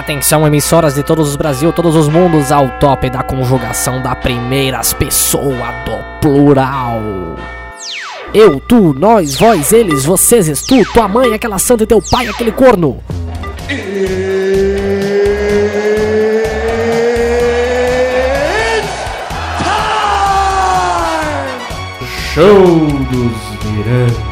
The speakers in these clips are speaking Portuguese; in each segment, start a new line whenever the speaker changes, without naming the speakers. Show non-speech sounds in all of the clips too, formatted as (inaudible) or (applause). Atenção, emissoras de todos os Brasil, todos os mundos, ao top da conjugação da primeira pessoa do plural. Eu, tu, nós, vós, eles, vocês, és tu, tua mãe, aquela santa e teu pai, aquele corno.
Show dos Mirantes.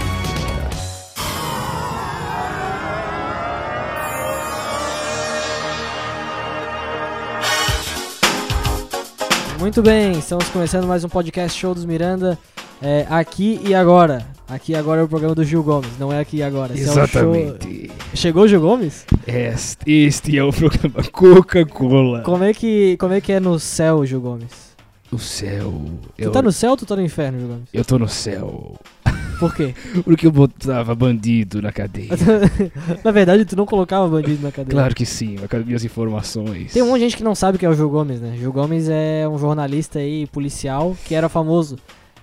Muito bem, estamos começando mais um podcast Show dos Miranda. é, aqui e agora. Aqui e agora é o programa do Gil Gomes, não é aqui e agora. esse é o show-
Exatamente.
Chegou o Gil Gomes?
Este, este é o programa Coca-Cola.
Como é, que, como é que é no céu, Gil Gomes?
O céu.
Tu tá no céu ou tu tá no inferno, Gil Gomes?
Eu tô no céu.
Por quê? (laughs)
Porque eu botava bandido na cadeia.
é na verdade, tu não colocava bandido na cadeia.
Claro que sim, eu quero minhas informações.
Tem um monte de gente que não sabe o que é o Gil Gomes, né? Gil Gomes é um jornalista aí, policial, que era famoso.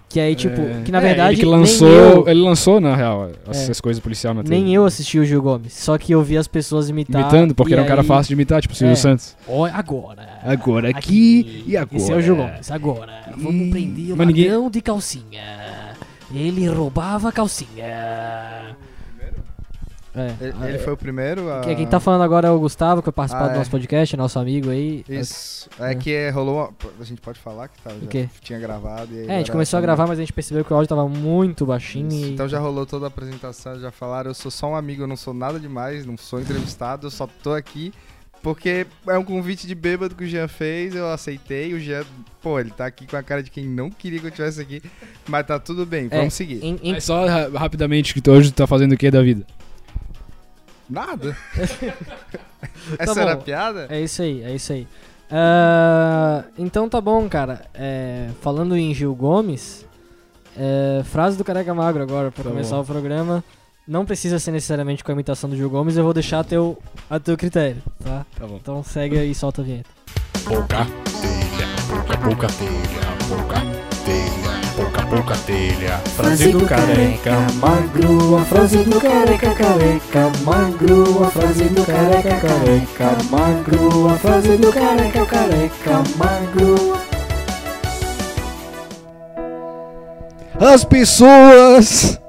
Que aí, tipo,
É,
que na
é,
verdade.
ele que
nem
lançou,
eu- É.
ele lançou na real essas coisas policial na
Nem
TV.
eu assisti o Gil Gomes, só que eu vi as pessoas imitar.
imitando, porque
e
era um cara
aí-
fácil de imitar, tipo o Silvio
É.
Santos.
Ó, agora.
Agora aqui, e agora.
Esse é o Gil Gomes, agora. Vamos
Hum,
prender o
mas
ladrão
ninguém-
de calcinha. Ele roubava calcinha. É,
Ele,
é,
ele foi o primeiro a...
quem- Quem tá falando agora é o Gustavo, que vai participar
Ah,
do
é.
nosso podcast, nosso amigo aí.
Isso. É
É.
que rolou uma... A gente pode falar que tá, já
quê?
tinha gravado.
É, a
E aí
gente
agora
começou a
tá-
gravar, mas a gente percebeu que o áudio tava muito baixinho
Isso.
e.
Então já rolou toda a apresentação, já falaram, eu sou só um amigo, eu não sou nada demais, não sou entrevistado, eu só tô aqui porque é um convite de bêbado que o Jean fez, eu aceitei, o Jean, pô, ele tá aqui com a cara de quem não queria que eu tivesse aqui, mas tá tudo bem,
É.
vamos seguir.
Em- em-
Mas só ra- rapidamente, que tu hoje tá fazendo o que da vida?
(laughs)
Nada. (laughs)
Tá
Essa era a
bom.
piada?
É isso aí, é isso aí. Ah, então tá bom, cara. É, falando em Gil Gomes, é, frase do Careca Magro agora pra
Tá
começar
bom.
o programa. Não precisa ser necessariamente com a imitação do Gil Gomes, eu vou deixar a teu, a teu critério, tá?
Tá bom.
Então segue aí e solta a vinheta.
pouca telha, pouca, pouca telha, pouca telha, pouca, pouca telha. Frase
um
do careca magro, a frase do careca careca magro, a frase do careca careca magro, a frase do careca careca magro.
As pessoas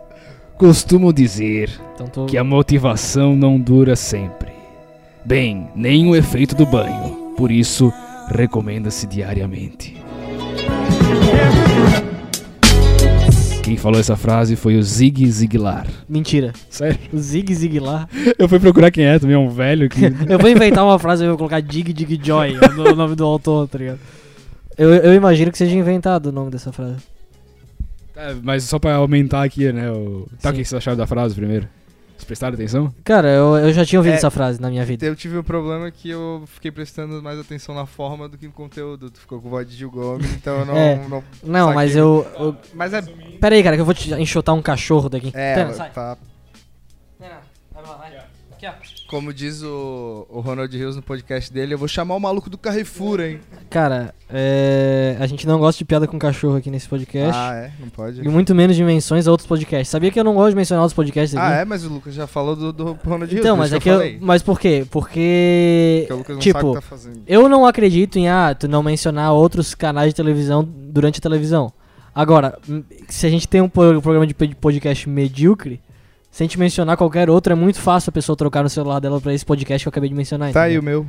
costumam dizer
Então tô...
que a motivação não dura sempre. Bem, nem o efeito do banho. Por isso, recomenda-se diariamente. Quem falou essa frase foi o Zig Ziglar.
Mentira.
Sério?
O Zig Zig lá.
Eu fui procurar quem é, também é um velho (laughs) que.
Eu vou inventar uma frase e vou colocar Dig Dig Joy, o no- o nome do autor, tá ligado? Eu, eu imagino que seja inventado o nome dessa frase.
É, mas só pra aumentar aqui, né? O... Tá, o
Sim.
que vocês acharam da frase primeiro? Vocês prestaram atenção?
Cara, eu, eu já tinha ouvido
É,
essa frase na minha vida.
Eu tive o problema que eu fiquei prestando mais atenção na forma do que no conteúdo. Tu ficou com voz de Gil Gomes, então eu
(laughs)
não.
É.
não-
um
Não, mas eu, eu-
Mas é.
Pera aí, cara, que eu vou te enxotar um cachorro daqui.
É,
Pera, Então, sai.
tá. Como diz o, o Ronald Rios no podcast dele, eu vou chamar o maluco do Carrefour, hein?
Cara, é, a gente não gosta de piada com cachorro aqui nesse podcast.
Ah, é? Não pode?
E muito menos de menções a outros podcasts. Sabia que eu não gosto de mencionar outros podcasts aqui?
Ah, é? Mas o Lucas já falou do, do Ronald Rios.
Então,
por
mas
isso
é
que
que
eu
eu.
falei.
Mas por quê? Porque.
Porque o Lucas não sabe o
tipo,
que tá fazendo.
eu não acredito em ah, tu não mencionar outros canais de televisão durante a televisão. Agora, m- se a gente tem um pro- programa de pod- podcast medíocre, se a gente mencionar qualquer outro, é muito fácil a pessoa trocar no celular dela pra esse podcast que eu acabei de mencionar.
Tá aí
entendeu?
o meu.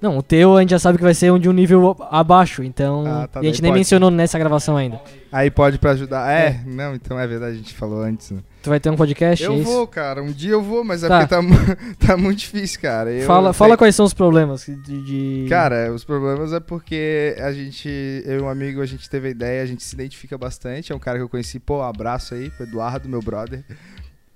Não, o teu a gente já sabe que vai ser um de um nível abaixo, então.
Ah, tá
e a gente
bem,
nem
pode.
mencionou nessa gravação ainda.
Aí pode pra ajudar. É, não, então é verdade, a gente falou antes. né?
Tu vai ter um podcast? é
Eu
isso?
vou, cara. Um dia eu vou, mas é
Tá.
porque tá, mu- (laughs) tá muito difícil, cara. Eu
fala
sei-
fala quais são os problemas de. de-
Cara, os problemas é porque a gente, eu e um amigo, a gente teve a ideia, a gente se identifica bastante. É um cara que eu conheci, pô, abraço aí pro Eduardo, meu brother.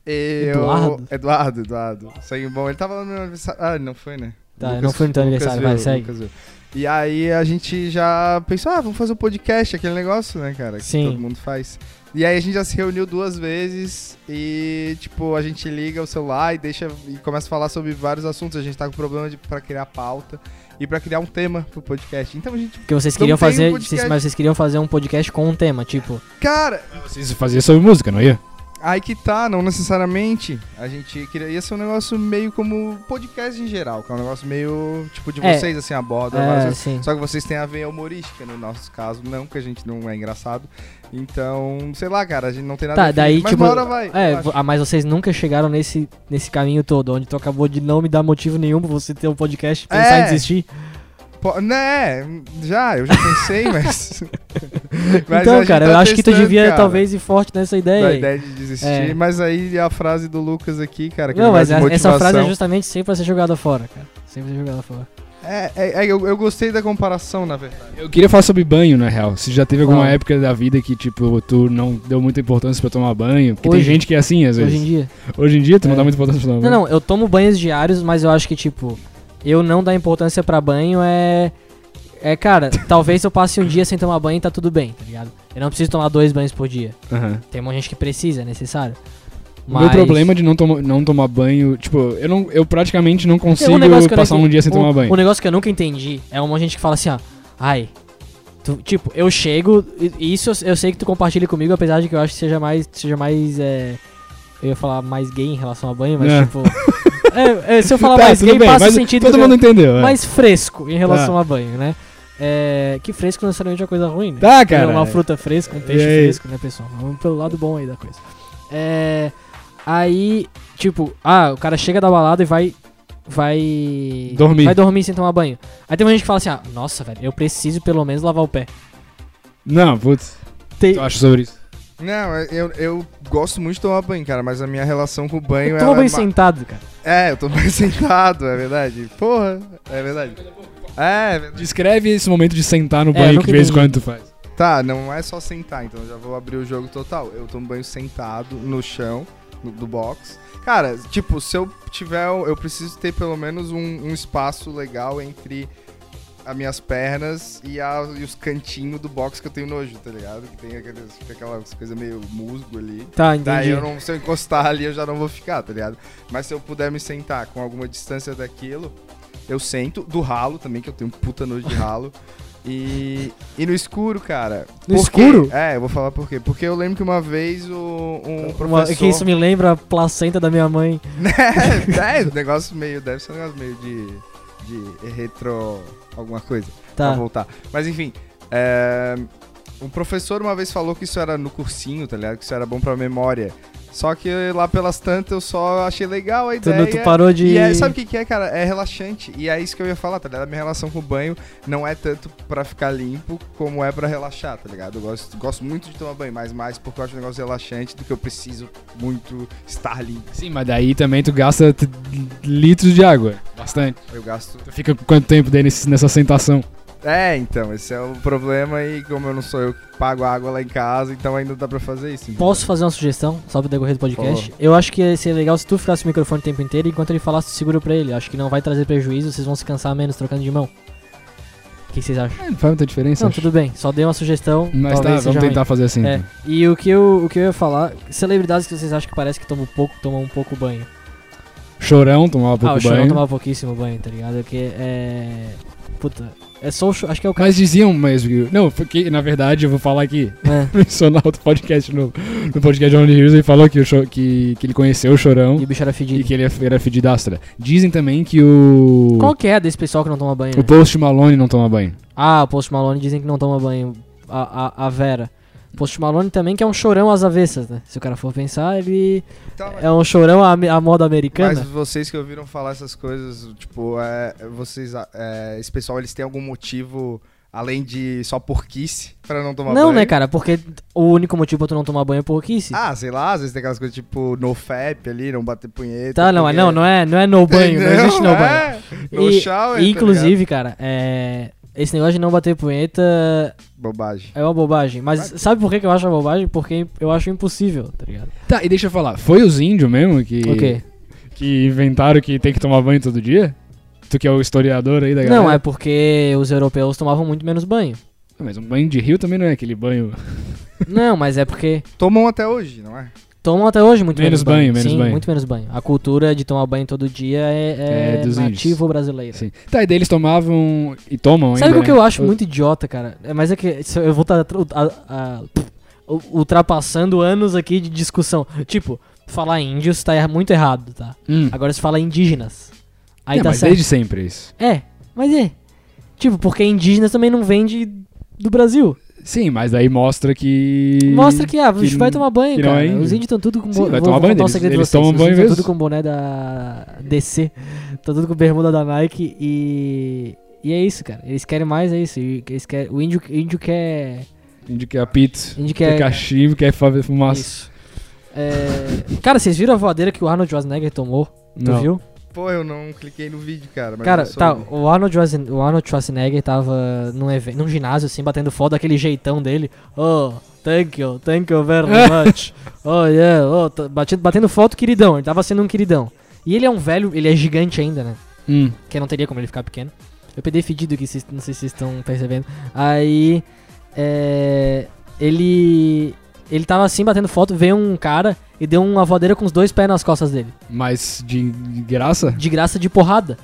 E eu-
Eduardo?
Eduardo, Eduardo. Sangue bom. Ele tava no meu aniversário. Ah, não foi, né?
Tá, não foi no teu aniversário, vai, segue.
viu. E aí a gente já pensou, ah, vamos fazer um podcast, aquele negócio, né, cara? Que
Sim.
todo mundo faz. E aí a gente já se reuniu duas vezes e, tipo, a gente liga o celular e deixa e começa a falar sobre vários assuntos. A gente tá com problema de, pra criar pauta e pra criar um tema pro podcast. Então a gente,
Porque vocês
Não
queriam
tem um
fazer.
podcast.
vocês- mas vocês queriam fazer um podcast com um tema, tipo.
cara,
Vocês faziam sobre música, não ia?
Aí que tá, não necessariamente. A gente queria. Ia ser um negócio meio como podcast em geral, que é um negócio meio tipo de
É.
vocês, assim, a borda.
É,
mas-
sim.
Só que vocês têm a veia humorística, no nosso caso, não, que a gente não é engraçado. Então, sei lá, cara, a gente não tem nada
Tá,
definido,
daí
mas
tipo.
uma hora vai.
é,
eu acho.
vo- ah, mas vocês nunca chegaram nesse, nesse caminho todo, onde tu acabou de não me dar motivo nenhum pra você ter um podcast e pensar
É.
em desistir.
Pô, né, já, eu já
(laughs)
pensei, mas. Mas a
então,
gente
cara,
tá
eu acho que tu
testando,
devia
cara,
talvez ir forte nessa ideia.
Da
aí.
ideia de desistir.
É.
Mas aí a frase do Lucas aqui, cara, que
Não, mas
de
a- essa frase é
motivação.
justamente sempre pra ser jogada fora, cara. Sempre pra ser jogada fora.
É, é, é, eu, eu gostei da comparação, na verdade.
Eu queria falar sobre banho, na real. Se já teve alguma
Fala.
época da vida que, tipo, tu não deu muita importância pra tomar banho. Porque
Hoje.
tem gente que é assim, às
Hoje em
vezes.
dia.
Hoje em dia, tu
É.
não dá muita importância pra tomar
Não,
banho.
não, eu tomo banhos diários, mas eu acho que, tipo, eu não dar importância pra banho é. É, cara, (laughs) talvez eu passe um dia sem tomar banho e tá tudo bem, tá ligado? Eu não preciso tomar dois banhos por dia.
Aham.
Tem uma gente que precisa, é necessário.
O meu problema é de não, toma, não tomar banho, tipo, eu, não, eu praticamente não
Tem
consigo
negócio que eu não
passar um
entendi.
dia sem
O-
tomar banho.
O negócio que eu nunca entendi é uma gente que fala assim, ó. Ai. tu- tipo, eu chego. e- e Isso eu, eu sei que tu compartilha comigo, apesar de que eu acho que seja mais. Seja mais é, eu ia falar mais gay em relação a banho, mas
É. (laughs)
tipo. é, é, se eu falar
Tá,
mais
tudo
gay,
bem,
passa o
mas
sentido
Todo
que eu-
mundo entendeu. é.
mais fresco em relação a banho, né? É, que fresco não necessariamente é uma coisa ruim, né?
Tá,
É
cara.
uma fruta fresca, um peixe
E aí?
fresco, né, pessoal? Vamos pelo lado bom aí da coisa. É, aí, tipo, ah, o cara chega da balada e vai. Vai.
Dormir.
Vai dormir sem tomar banho. Aí tem uma gente que fala assim: ah, nossa, velho, eu preciso pelo menos lavar o pé.
Não, putz.
Tem,
Tu acha sobre isso?
Não, é, eu, eu gosto muito de tomar banho, cara, mas a minha relação com o banho
eu
ela
tomo
é.
banho
ma-
sentado, cara.
É, eu tô bem (laughs) sentado, é verdade. Porra, é verdade. É, é verdade.
Descreve esse momento de sentar no
É, eu
banho
nunca
que de vez em
entendi.
quando tu faz.
Tá, não é só sentar, então eu já vou abrir o jogo total. Eu tomo banho sentado no chão no- do box. Cara, tipo, se eu tiver. Eu preciso ter pelo menos um, um espaço legal entre as minhas pernas e, a- e os cantinhos do box que eu tenho nojo, tá ligado? Que tem aquelas, fica aquelas coisas meio musgo ali.
Tá, entendi.
Daí eu não, se eu encostar ali, eu já não vou ficar, tá ligado? Mas se eu puder me sentar com alguma distância daquilo, eu sento. Do ralo também, que eu tenho um puta nojo de ralo. E, e no escuro, cara.
No
Por quê?
escuro?
É, eu vou falar por quê. Porque eu lembro que uma vez o, um
Uma-
professor...
que
(laughs)
isso me lembra a placenta da minha mãe.
é, é, um negócio meio... Deve ser um negócio meio de... De retro... Alguma coisa. Pra
Tá.
voltar. Mas enfim, é, um professor uma vez falou que isso era no cursinho, tá ligado? Que isso era bom pra memória. Só que lá pelas tantas eu só achei legal a
Tu,
ideia.
tu parou de.
E é, sabe o que, que é, cara? É relaxante. E é isso que eu ia falar, tá ligado? A minha relação com o banho não é tanto pra ficar limpo como é pra relaxar, tá ligado? Eu gosto, gosto muito de tomar banho, mas mais porque eu acho um negócio relaxante do que eu preciso muito estar limpo.
Sim, mas daí também tu gasta t- litros de água. Bastante.
Eu gasto.
Tu fica com quanto tempo daí nesse- nessa sentação?
É, então, esse é o problema. E como eu não sou eu que pago a água lá em casa, então ainda dá pra fazer isso. entendeu?
Posso fazer uma sugestão, só pro decorrer do podcast? Eu acho que ia ser legal se tu ficasse o microfone o tempo inteiro e enquanto ele falasse, tu segura pra ele. Acho que não vai trazer prejuízo, vocês vão se cansar menos trocando de mão. O que vocês acham?
É, não faz muita diferença.
Não,
acho.
tudo bem, só dei uma sugestão.
Mas
talvez
tá,
seja
vamos tentar fazer assim.
ruim. É, e o que, eu, o que eu ia falar, celebridades que vocês acham que parece que tomam pouco, tomam um pouco banho.
Chorão, tomava pouco
ah, o Chorão
banho.
tomava pouquíssimo banho, tá ligado? Porque é. Puta, é só o Cho- Acho que é o cara.
Mas diziam mesmo que. Não, porque na verdade eu vou falar aqui. (laughs)
né? (laughs)
Mencionar outro podcast no, no podcast de Only Heroes. Ele falou que, o Cho- que, que ele conheceu o Chorão
E o bicho era
e
fedido.
que ele é era fididastra. Dizem também que o.
Qual que é desse pessoal que não toma banho?
O Post Malone não toma banho.
Ah, o Post Malone dizem que não toma banho. A, a, a Vera. Post Malone também que é um chorão às avessas, né? Se o cara for pensar, ele
Tá, mas-
é um chorão à, à moda americana.
Mas vocês que ouviram falar essas coisas, tipo, é, vocês, é, esse pessoal, eles têm algum motivo além de só porquice pra não tomar
não,
banho?
né, cara? Porque o único motivo pra tu não tomar banho é porquice.
Ah, sei lá, às vezes tem aquelas coisas tipo no fap ali, não bater punheta.
tá, não, é- não, não é, não é no banho, não, existe no banho.
banho. é? (laughs) No
E-
shower,
e,
tá
inclusive, cara, é, esse negócio de não bater punheta
ligado? Bobagem.
é uma bobagem. Mas sabe por que que eu acho uma bobagem? Porque eu acho impossível, tá ligado?
Tá, e deixa eu falar. Foi os índios mesmo que.
O quê?
que inventaram que tem que tomar banho todo dia? Tu que é o historiador aí da galera?
Não, é porque os europeus tomavam muito menos banho.
Mas um banho de rio também não é aquele banho.
não, mas é porque
Tomam até hoje, não é?
Tomam até hoje muito
Menos
menos,
banho, menos
Sim,
banho.
muito menos banho. A cultura de tomar banho todo dia é, é,
É dos
nativo
índios.
brasileira.
Assim. Tá, e daí eles tomavam e tomam
Sabe
ainda,
o que
né?
é tá eu acho muito idiota, cara? É, Mas é que se eu vou estar u- ultrapassando anos aqui de discussão. Tipo, falar índios tá er- muito errado, tá?
Hum.
Agora se fala indígenas. Aí
é,
tá
mas
certo.
desde sempre isso.
É, mas é. Tipo, porque indígenas também não vem de, do Brasil.
Sim, mas aí mostra que.
Mostra que, ah,
que
vai
não-
tomar banho,
que não é
cara.
índio.
Os índios estão tudo com
Sim,
bo-
vai
vou-
tomar
vou
banho,
contar um
eles-
segredo pra
eles
vocês.
tomam
Os
banho
índios tão
mesmo.
tudo com boné da DC. Estão tudo com bermuda da Nike e... E é isso, cara. Eles querem mais, é isso. E Eles querem, o índio, índio quer...
Índio quer apito,
Índio
quer
quer...
é cachimbo, quer fa- fumaça.
Hum, é Isso. É, Cara, vocês viram a voadeira que o Arnold Schwarzenegger tomou? Tu
Não.
viu?
Pô, eu não cliquei no vídeo, cara. Mas é
Cara,
eu um-
tá,
soube.
o Arnold, Schwarzen- o Arnold Schwarzenegger tava num, evento, num ginásio, assim, batendo foto daquele jeitão dele. Oh, thank you, thank you very much. oh, yeah, oh, tá batendo, batendo foto, queridão. Ele tava sendo um queridão. E ele é um velho, ele é gigante ainda, né?
Hum.
Que não teria como ele ficar pequeno. Eu peguei fedido aqui, vocês- não sei se vocês estão percebendo. Aí. É, ele. Ele tava assim batendo foto, veio um cara e deu uma voadeira com os dois pés nas costas dele.
Mas de de graça?
De graça de porrada.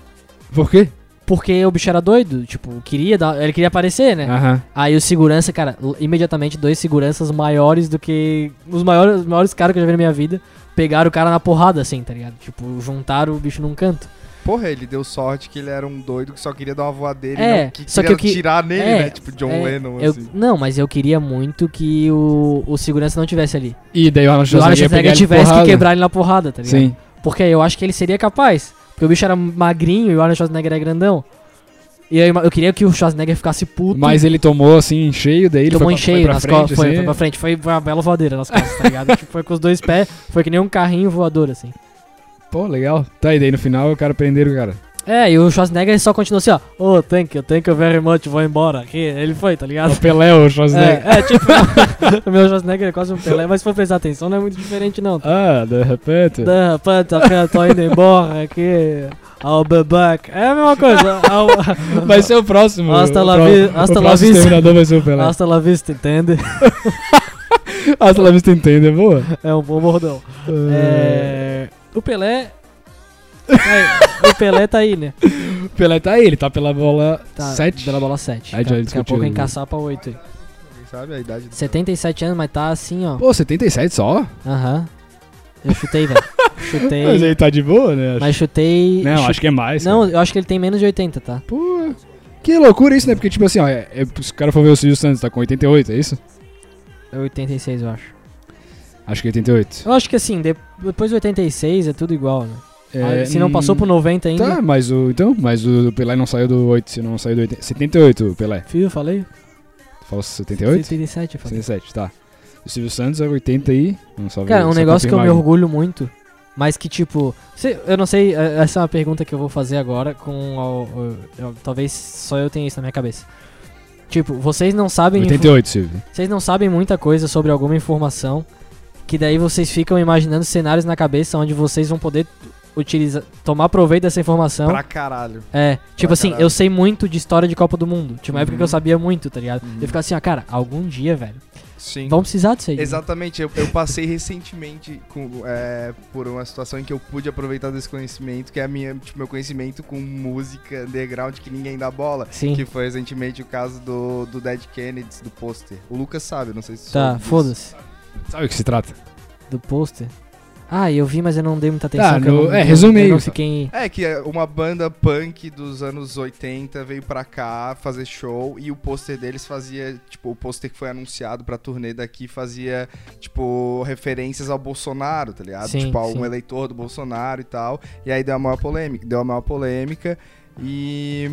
Por quê?
Porque o bicho era doido, tipo, queria dar, ele queria aparecer, né?
Aham.
Aí o segurança, cara, l- imediatamente dois seguranças maiores do que. Os maiores, os maiores caras que eu já vi na minha vida pegaram o cara na porrada, assim, tá ligado? Tipo, juntaram o bicho num canto.
Porra, ele deu sorte que ele era um doido que só queria dar uma voadeira
É,
e não que
só que
queria
eu que-
tirar nele,
é,
né? Tipo John
É,
Lennon,
eu-
assim.
Não, mas eu queria muito que o, o segurança não tivesse ali.
E daí o Arnold
Que o Arnold
Schwarzenegger ia pegar
Schwarzenegger
ele
tivesse
porrada.
que quebrar ele na porrada, tá ligado?
Sim.
Porque eu acho que ele seria capaz. Porque o bicho era magrinho e o Arnold Schwarzenegger é grandão. E eu, ima- eu queria que o Schwarzenegger ficasse puto.
Mas ele tomou assim em cheio, daí ele
tomou
foi,
em
pra-
cheio
foi pra
nas
frente.
costas. Foi,
assim.
foi pra frente. Foi uma bela voadeira nas costas, tá ligado? Tipo, foi com os dois pés. Foi que nem um carrinho voador, assim.
Pô, legal. Tá, e daí no final o cara prenderam o cara.
É, e o Schwarzenegger só continuou assim, ó. Oh, thank you, thank you very much, vou embora. Aqui, ele foi, tá ligado?
O Pelé, o Schwarzenegger.
É, é, tipo, (laughs) o meu Schwarzenegger é quase um Pelé, mas se for prestar atenção, não é muito diferente, não.
Ah, de repente.
Da, panta, cara, tô indo embora aqui. I'll be back. É a mesma coisa.
(laughs)
I'll-
Vai ser o próximo.
Hasta
o
la
pró-
vi-
o
hasta la
próximo
vista.
Terminador vai ser o é, Pelé.
Hasta la vista, entende?
Hasta la vista, entende, é boa.
É um bom bordão. É, O Pelé. (laughs) É, o Pelé tá aí, né?
O Pelé tá aí, ele tá pela bola
Tá
7.
pela bola 7.
Aí já
Daqui a
discutiu,
pouco
né?
encaçar pra 8.
Quem sabe a idade do
77 anos, mas tá assim, ó.
Pô, 77 só?
Aham. Eu
(laughs)
chutei, velho.
Mas
Chutei.
ele tá de boa, né? Acho-
Mas chutei.
Não,
chu-
acho que é mais.
Não,
cara.
eu acho que ele tem menos de 80, tá?
Pô, que loucura isso, né? Porque, tipo assim, ó, é, é, se o cara for ver o Silvio Santos, tá com 88, é isso?
É 86, eu acho.
Acho que é 88.
Eu acho que assim, de- depois do 86 é tudo igual, né?
É,
Ah, se não passou
hum,
pro 90 ainda.
Tá, mas o. Então, mas o Pelé não saiu do 8, se não saiu do 80, 78, o Pelé.
Filho, eu falei?
Falou 78?
77, eu falei.
77, tá. O Silvio Santos é 80 e. Vamos só ver,
Cara, um
só
negócio que eu
confirmar
me
aqui.
orgulho muito, mas que tipo. se- eu não sei, eh, essa é uma pergunta que eu vou fazer agora com. o- o- eu- talvez só eu tenha isso na minha cabeça. Tipo, vocês não sabem. info-
88, Silvio.
um.
Vocês não sabem muita coisa sobre alguma informação, que daí vocês ficam imaginando cenários na cabeça onde vocês vão poder utilizar, tomar proveito dessa informação.
Pra caralho.
É, tipo
Pra
assim,
caralho.
eu sei muito de história de Copa do Mundo. Tinha uma época
Uhum.
que eu sabia muito, tá ligado?
Uhum.
Eu ficava assim, ó, cara, algum dia, velho,
Sim.
vão precisar disso aí. né?
Exatamente, eu, eu passei recentemente com, é, por uma situação em que eu pude aproveitar desse conhecimento, que é a minha, tipo, meu conhecimento com música underground que ninguém dá bola.
Sim.
Que foi recentemente o caso do, do Dead Kennedys, do pôster. O Lucas sabe, não sei se
Tá,
soube disso.
foda-se.
Sabe o que se trata?
Do pôster? Ah, eu vi, mas eu não dei muita atenção.
Tá,
que eu
no-
não-
é,
eu
resume
não-
aí,
Eu não
Gustavo.
fiquei...
É, que é uma banda punk dos anos 80 veio pra cá fazer show e o pôster deles fazia, tipo, o pôster que foi anunciado pra turnê daqui fazia, tipo, referências ao Bolsonaro, tá ligado?
Sim,
tipo, a
sim.
um eleitor do Bolsonaro e tal. E aí deu a maior polêmica, deu a maior polêmica e.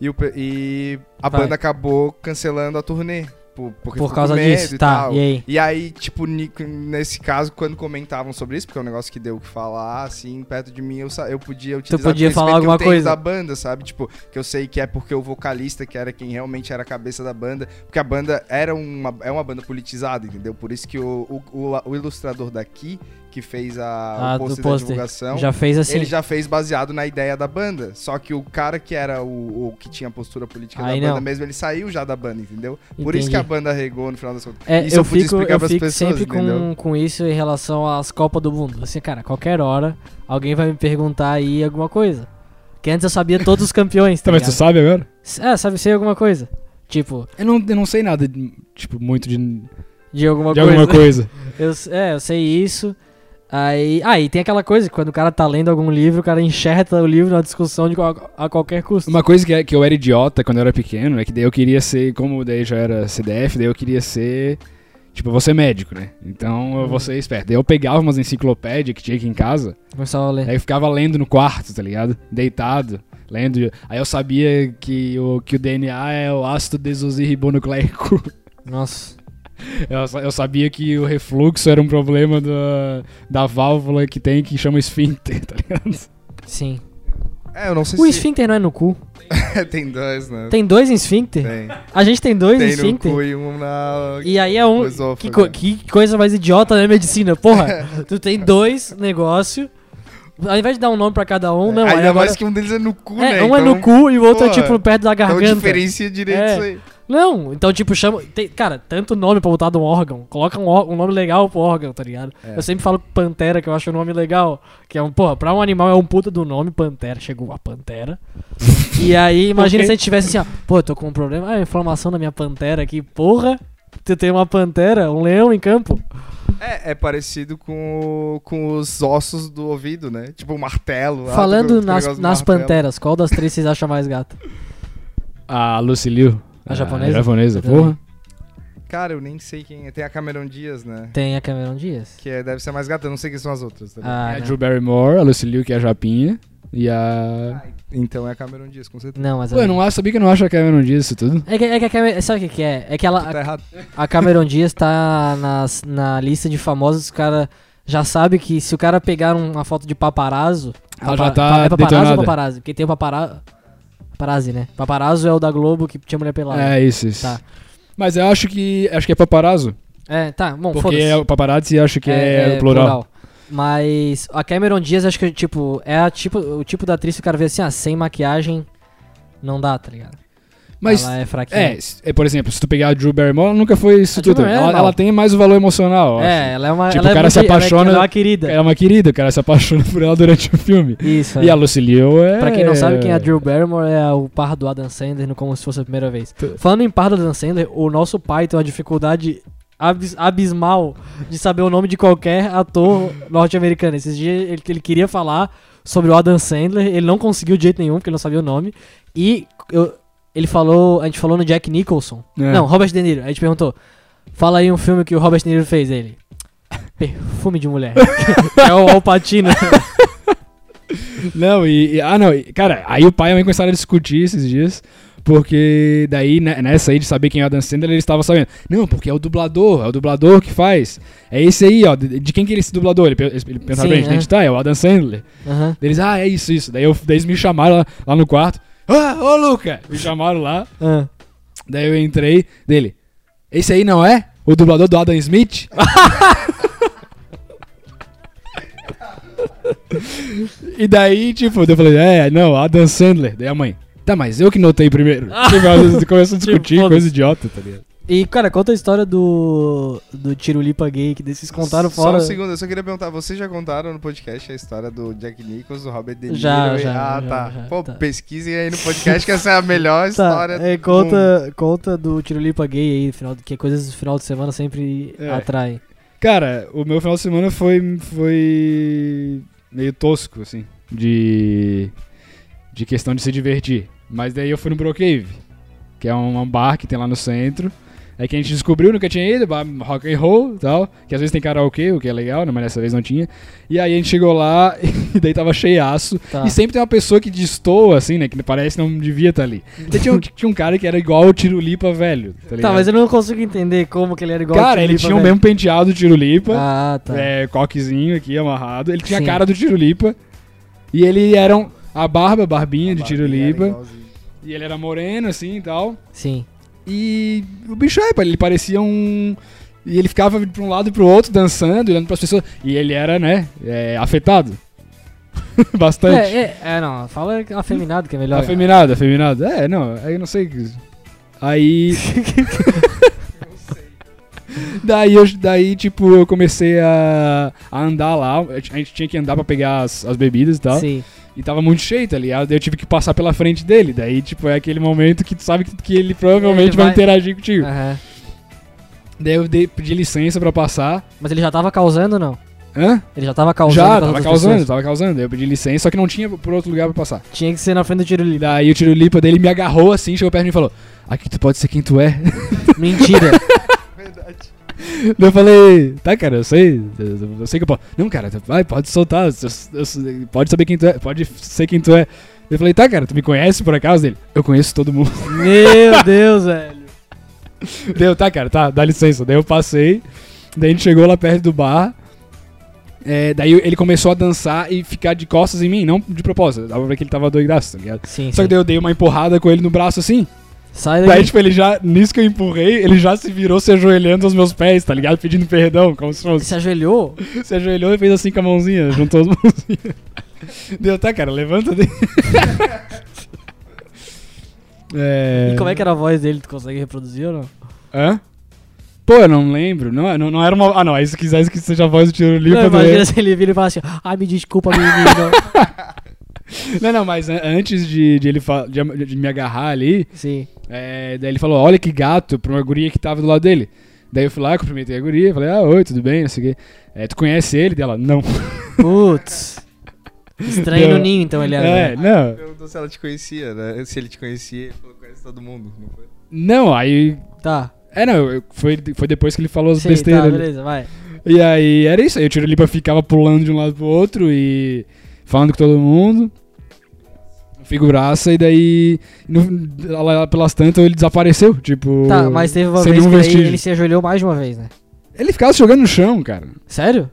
E, o pe- e a
Vai.
banda acabou cancelando a turnê. Por, porque ficou
Por
com
causa
medo
disso,
e
tá,
tal.
e aí?
E aí, tipo, ni- nesse caso, quando comentavam sobre isso, porque é um negócio que deu o que falar, assim, perto de mim, eu, sa- eu podia utilizar o
podia
conhecimento
falar
que
alguma
eu tenho
coisa.
da banda, sabe? Tipo, que eu sei que é porque o vocalista, que era quem realmente era a cabeça da banda, porque a banda era uma, é uma banda politizada, entendeu? Por isso que o, o, o- o ilustrador daqui, que fez a,
Ah,
o
do
pôster da
pôster.
divulgação,
Já fez assim.
Então, ele já fez baseado na ideia da banda. Só que o cara que era o, o que tinha a postura política
Aí
da banda
não.
mesmo, ele saiu já da banda, entendeu? Por
Entendi.
isso que a banda regou no final das contas.
É,
isso
eu,
eu pude
fico,
explicar
eu
pras
fico
pessoas,
sempre com,
entendeu?
com isso em relação às Copas do Mundo. Assim, cara, qualquer hora alguém vai me perguntar aí alguma coisa. Que antes eu sabia todos
(laughs)
os campeões, tá
Tá, mas tu
ligado?
sabe agora?
É, sabe, sei alguma coisa. Tipo,
Eu não, eu não sei nada, de- tipo, muito de.
de alguma
de
coisa.
alguma coisa.
(laughs) Eu, é, eu sei isso. Aí, ah, e tem aquela coisa, que quando o cara tá lendo algum livro, o cara enxerta o livro na discussão de qual- a qualquer custo.
Uma coisa que, é- que eu era idiota quando eu era pequeno é que daí eu queria ser, como daí já era CDF, daí eu queria ser. Tipo, eu vou ser médico, né? Então eu vou ser esperto. Daí eu pegava umas enciclopédias que tinha aqui em casa,
Começava a ler.
aí eu ficava lendo no quarto, tá ligado? Deitado, lendo. Aí eu sabia que o, que o DNA é o ácido desoxirribonucleico. (laughs)
Nossa.
Eu, sa- eu sabia que o refluxo era um problema da, da válvula que tem que chama esfíncter, tá ligado?
Sim.
É, eu não sei
O
se
esfíncter não é no cu.
(laughs) tem dois, né?
Tem dois em esfíncter?
Tem.
A gente tem dois em
Tem no
esfíncter?
cu e né? um na.
E aí é um.
no esôfago.
Que, co- que coisa mais idiota né, medicina?
(laughs) É.
Porra, tu tem dois negócios. Ao invés de dar um nome pra cada um, não. aí
Ainda mais
agora-
que um deles é no cu,
é,
né?
um é
Então-
no cu e o outro é
Porra,
tipo perto da
Então
garganta.
diferencia direito
É.
isso aí.
Não, então, tipo, chama. tem- cara, tanto nome pra botar de um órgão. Coloca um, ó- um nome legal pro órgão, tá ligado?
É.
Eu sempre falo Pantera, que eu acho o nome legal. Que é um, porra, pra um animal é um puta do nome, Pantera. Chegou a Pantera.
(laughs)
e aí, imagina se a gente tivesse assim, ó, pô, eu tô com um problema. Ah, inflamação na minha Pantera aqui, porra. Tu tem uma pantera, um leão em campo?
É, é parecido com, o- com os ossos do ouvido, né? Tipo o martelo. lá, tu-
Falando
tu
nas,
negócio do
nas
martelo.
panteras, qual das três vocês acham mais gata?
A Lucilio.
A japonesa? Tá
japonesa,
Eu
porra.
Cara, eu nem sei quem é. Tem a Cameron Dias, né?
Tem a Cameron Dias.
Que é- deve ser mais gata, eu não sei quem são as outras. tá ligado?
Ah,
É a
não.
Drew Barrymore, a Lucilio, que é a Japinha. E a.
Então é a Cameron Dias, com certeza.
não, mas
Pô, eu não acho, sabia que eu não acho a Cameron Diaz isso tudo.
é que, é que a Cameron. Sabe o que, que é? É que ela.
Tu tá errado.
A Cameron Diaz tá nas- na lista de famosos, o cara já sabe que se o cara pegar um, uma foto de paparazzo.
Ela
papara-
já tá
pa- é paparazzo ou
detonada.
paparazzi? Porque tem o papara... paparazzi, né? Paparazzo é o da Globo que tinha mulher pelada.
É, isso, isso.
Tá.
Mas eu acho que. Acho que é paparazzo.
É, tá, bom,
porque
foda-se.
é o paparazzi e acho que é, o plural.
Mas a Cameron Diaz, acho que, tipo, é a tipo, o tipo da atriz que o cara vê assim, ah, sem maquiagem não dá, tá ligado?
Mas.
Ela é fraquinha.
É, se- é, por exemplo, se tu pegar a Drew Barrymore, ela nunca foi isso
A Drew
tudo.
Barrymore é
Ela,
mal.
ela tem mais o valor emocional. eu
É, ela é uma.
Tipo,
ela
o cara
é
se
muito- ela é-
apaixona-
Ela é uma
acho.
querida.
Ela é uma querida, o cara se apaixona (laughs) por ela durante o filme.
Isso.
E
é.
a Lucilio é.
Pra quem não sabe quem é a Drew Barrymore, é o par do Adam Sandler no Como Se Fosse a Primeira Vez.
Tu-
Falando em par do Adam Sandler, o nosso pai tem uma dificuldade abis- abismal de saber o nome de qualquer ator norte-americano. Esses dias ele, ele queria falar sobre o Adam Sandler, ele não conseguiu de jeito nenhum, porque ele não sabia o nome. E eu- ele falou, a gente falou no Jack Nicholson.
É.
Não, Robert De Niro. A gente perguntou, fala aí um filme que o Robert De Niro fez, ele... Perfume de mulher. (laughs) é o Al Pacino.
Não, e, e- Ah, não. e- cara, aí o pai e a mãe começaram a discutir esses dias. Porque daí, né, nessa aí de saber quem é o Adam Sandler, eles estavam sabendo. Não, porque é o dublador, é o dublador que faz. É esse aí, ó. De, de quem que é esse dublador? Ele, pe- ele pensava
Sim,
pra gente,
é.
né? tá, é o Adam Sandler.
Aham.
Daí Eles, ah, é isso, isso. Daí, eu, daí eles me chamaram lá, lá no quarto. Ah, ô Luca! Me chamaram lá.
Ah.
Daí eu entrei, dele. Esse aí não é? O dublador do Adam Smith? (laughs) e daí, tipo, eu falei, é, não, Adam Sandler. Daí a mãe, tá, mas eu que notei primeiro. tipo, ela começa a discutir,
Tipo,
coisa idiota, tá ligado?
E, cara, conta a história do. do Tirulipa Gay, que desses contaram fora.
Só um segundo, eu só queria perguntar, vocês já contaram no podcast a história do Jack Nichols, do Robert De Niro?
Já,
e-
já,
Ah,
já,
tá.
já,
Pô,
tá.
pesquisem aí no podcast que essa é
(laughs)
a melhor história.
é,
do mundo.
conta, conta do Tirulipa Gay aí, final, que é coisas do final de semana sempre
É.
atraem.
Cara, o meu final de semana foi, foi meio tosco, assim, de, de questão de se divertir. Mas daí eu fui no Brocave, que é um, um bar que tem lá no centro. É que a gente descobriu, nunca tinha ido, bar rock and roll e tal. Que às vezes tem karaokê, o que é legal, né, mas dessa vez não tinha. E aí a gente chegou lá (laughs) e daí tava cheiaço.
Tá.
E sempre tem uma pessoa que destoa, assim, né, que parece que não devia estar ali. E tinha, um, (laughs) tinha um cara que era igual o Tirulipa velho, tá ligado?
Tá, mas eu não consigo entender como que ele era igual ao
Cara, ele
Tirulipa,
tinha o
velho.
mesmo penteado do Tirulipa
Ah, tá.
é, coquezinho aqui amarrado. Ele tinha
Sim.
a cara do Tirulipa. E ele era um- a barba, a barbinha de
Barbie era
Tirulipa.
igualzinho.
E ele era moreno assim e tal.
Sim.
E o bicho é, pá, ele parecia um. E ele ficava pra um lado e pro outro dançando, olhando pras pessoas. E ele era, né, é, afetado. (laughs)
É,
Bastante.
é, é, não, fala afeminado que é melhor.
afeminado, afeminado. É, não, aí eu não sei. que- Aí. Daí, eu, daí, tipo, eu comecei a, a andar lá. A gente tinha que andar pra pegar as, as bebidas e tal.
Sim.
E tava muito cheio, tá ligado? Daí eu tive que passar pela frente dele. Daí, tipo, é aquele momento que tu sabe que, que ele provavelmente
Ele
vai...
vai-
interagir contigo.
Aham.
Daí eu dei, pedi licença pra passar.
Mas ele já tava causando ou não?
Hã?
Ele já tava causando.
Já,
com as
tava
outras
causando,
pessoas?
tava causando. Daí eu pedi licença, só que não tinha por outro lugar pra passar.
Tinha que ser na frente do tiro
E
livre.
daí o Tirulipa dele me agarrou assim, chegou perto de mim e falou: Aqui tu pode ser quem tu é. (laughs)
Mentira.
Verdade.
Daí eu falei, tá, cara, eu sei, eu, eu sei que eu posso. Não, cara, tu- vai, pode soltar, eu- eu- eu- pode saber quem tu é, pode ser quem tu é. Eu falei, tá, cara, tu me conhece por acaso dele? Eu conheço todo mundo. (laughs)
Meu Deus, velho.
Deu, tá, cara, tá, dá licença. Daí eu passei, daí a gente chegou lá perto do bar. é, daí ele começou a dançar e ficar de costas em mim, não de propósito. Dava pra ver que ele tava doidaço, tá ligado?
Sim,
Só
sim.
que daí eu dei uma empurrada com ele no braço assim.
Sai
Daí,
daqui.
tipo, ele já, nisso que eu empurrei, ele já se virou se ajoelhando aos meus pés, tá ligado? Pedindo perdão, como se fosse.
Se ajoelhou?
Se ajoelhou e fez assim com a mãozinha, juntou as (laughs) mãozinhas. Deu, tá, cara, levanta daí. (laughs) é...
E como é que é? era a voz dele? Tu consegue reproduzir ou não?
Hã? Pô, eu não lembro. Não, não, não era uma. Ah, não. Aí se quisesse que seja a voz do tiro livre,
Não,
eu não,
imagina
ia-
se ele vira e fala assim: Ai, me desculpa,
(laughs)
menino.
não, não, mas an- antes de, de ele fa- de, de me agarrar ali,
Sim.
é, daí ele falou: Olha que gato, pra uma guria que tava do lado dele. Daí eu fui lá, cumprimentei a guria, falei: Ah, oi, tudo bem, não sei o quê. É, tu conhece ele? Dela, não.
Putz. Estranho
Não.
no ninho, então ele era.
É,
né?
não.
Perguntou se ela te conhecia, né? Se ele te conhecia, ele falou que conhece todo mundo. Não foi?
Não, aí.
Tá.
É, não, eu- foi, foi depois que ele falou as
Sim,
besteiras.
tá,
ali.
beleza, vai.
E aí era isso aí, o Tirolipa ficava pulando de um lado pro outro e falando com todo mundo. Figuraça, e daí no- lá- lá pelas tantas ele desapareceu, tipo.
Tá, mas teve uma
sem
vez
nenhum
que daí
vestígio.
ele se ajoelhou mais de uma vez, né?
Ele ficava se jogando no chão, cara.
Sério?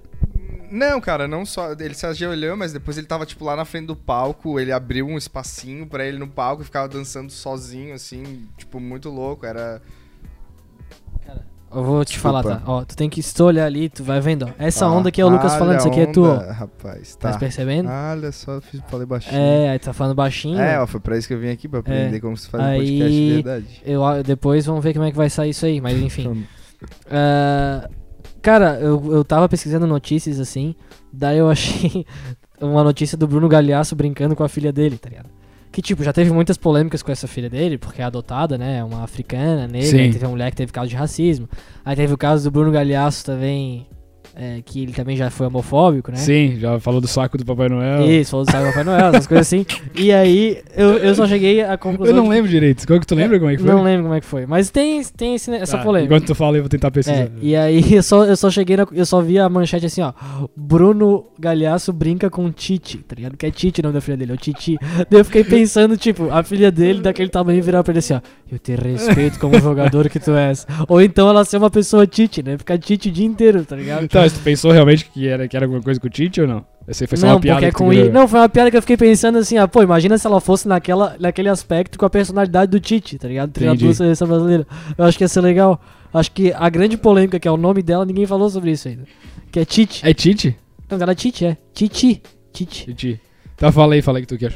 Não, cara, não só. Ele se ajoelhou, mas depois ele tava, tipo, lá na frente do palco. Ele abriu um espacinho pra ele no palco e ficava dançando sozinho, assim, tipo, muito louco. Era.
Eu vou te
Desculpa.
falar, tá? Ó, tu tem que se tu olhar ali, tu vai vendo, ó. Essa
Ah,
onda aqui é o Lucas
olha
falando, isso aqui é tu,
a
ó.
onda, Rapaz,
Tá
tá.
percebendo?
Olha só, fiz- falei baixinho.
É, aí tu tá falando baixinho.
É, ó, foi pra isso que eu vim aqui, pra aprender como se faz um podcast
Aí-
de verdade.
Eu, ah, depois vamos ver como é que vai sair isso aí, mas enfim.
Então,
Ah, cara, eu, eu tava pesquisando notícias assim, daí eu achei (laughs) uma notícia do Bruno Galhaço brincando com a filha dele, tá ligado? Que tipo, já teve muitas polêmicas com essa filha dele, porque é adotada, né? É uma africana, negra,
Sim.
aí teve uma mulher que teve caso de racismo. Aí teve o caso do Bruno Galhaço também, é, que ele também já foi homofóbico, né?
Sim, já falou do saco do Papai Noel.
Isso, falou do Saga Papai Noel, essas coisas assim. E aí, eu, eu só cheguei à conclusão.
Eu não
de-
lembro direito. Qual que tu lembra como é que foi?
Não lembro como é que foi. Mas tem, tem esse- essa
Tá,
polêmica.
Enquanto tu fala, eu vou tentar pesquisar.
É, e aí (laughs) eu só, eu só cheguei, na- eu só vi a manchete assim, ó. Bruno Galhaço brinca com Titi, tá ligado? Que é Titi o nome da filha dele, é o Titi. Daí eu fiquei pensando, tipo, a filha dele daquele tamanho virar pra ele assim, ó. Eu te respeito como jogador que tu és. Ou então ela ser uma pessoa Titi, né? Ficar Titi o dia inteiro, tá ligado?
Tá, mas tu pensou realmente que era, que era alguma coisa com o Tite ou não? Essa aí foi só
não,
uma piada.
porque é
que tu
com I.
criou.
Não, foi uma piada que eu fiquei pensando assim, ah, pô, imagina se ela fosse naquela, naquele aspecto com a personalidade do Tite, tá ligado? Treinador da
Entendi.
seleção brasileira. Eu acho que ia ser legal. Acho que a grande polêmica, que é o nome dela, ninguém falou sobre isso ainda. Que é Tite.
É Tite?
Não, ela é Tite, é. Titi. Titi.
Tite. Tá, fala aí, fala aí o que
(laughs)
tu quer.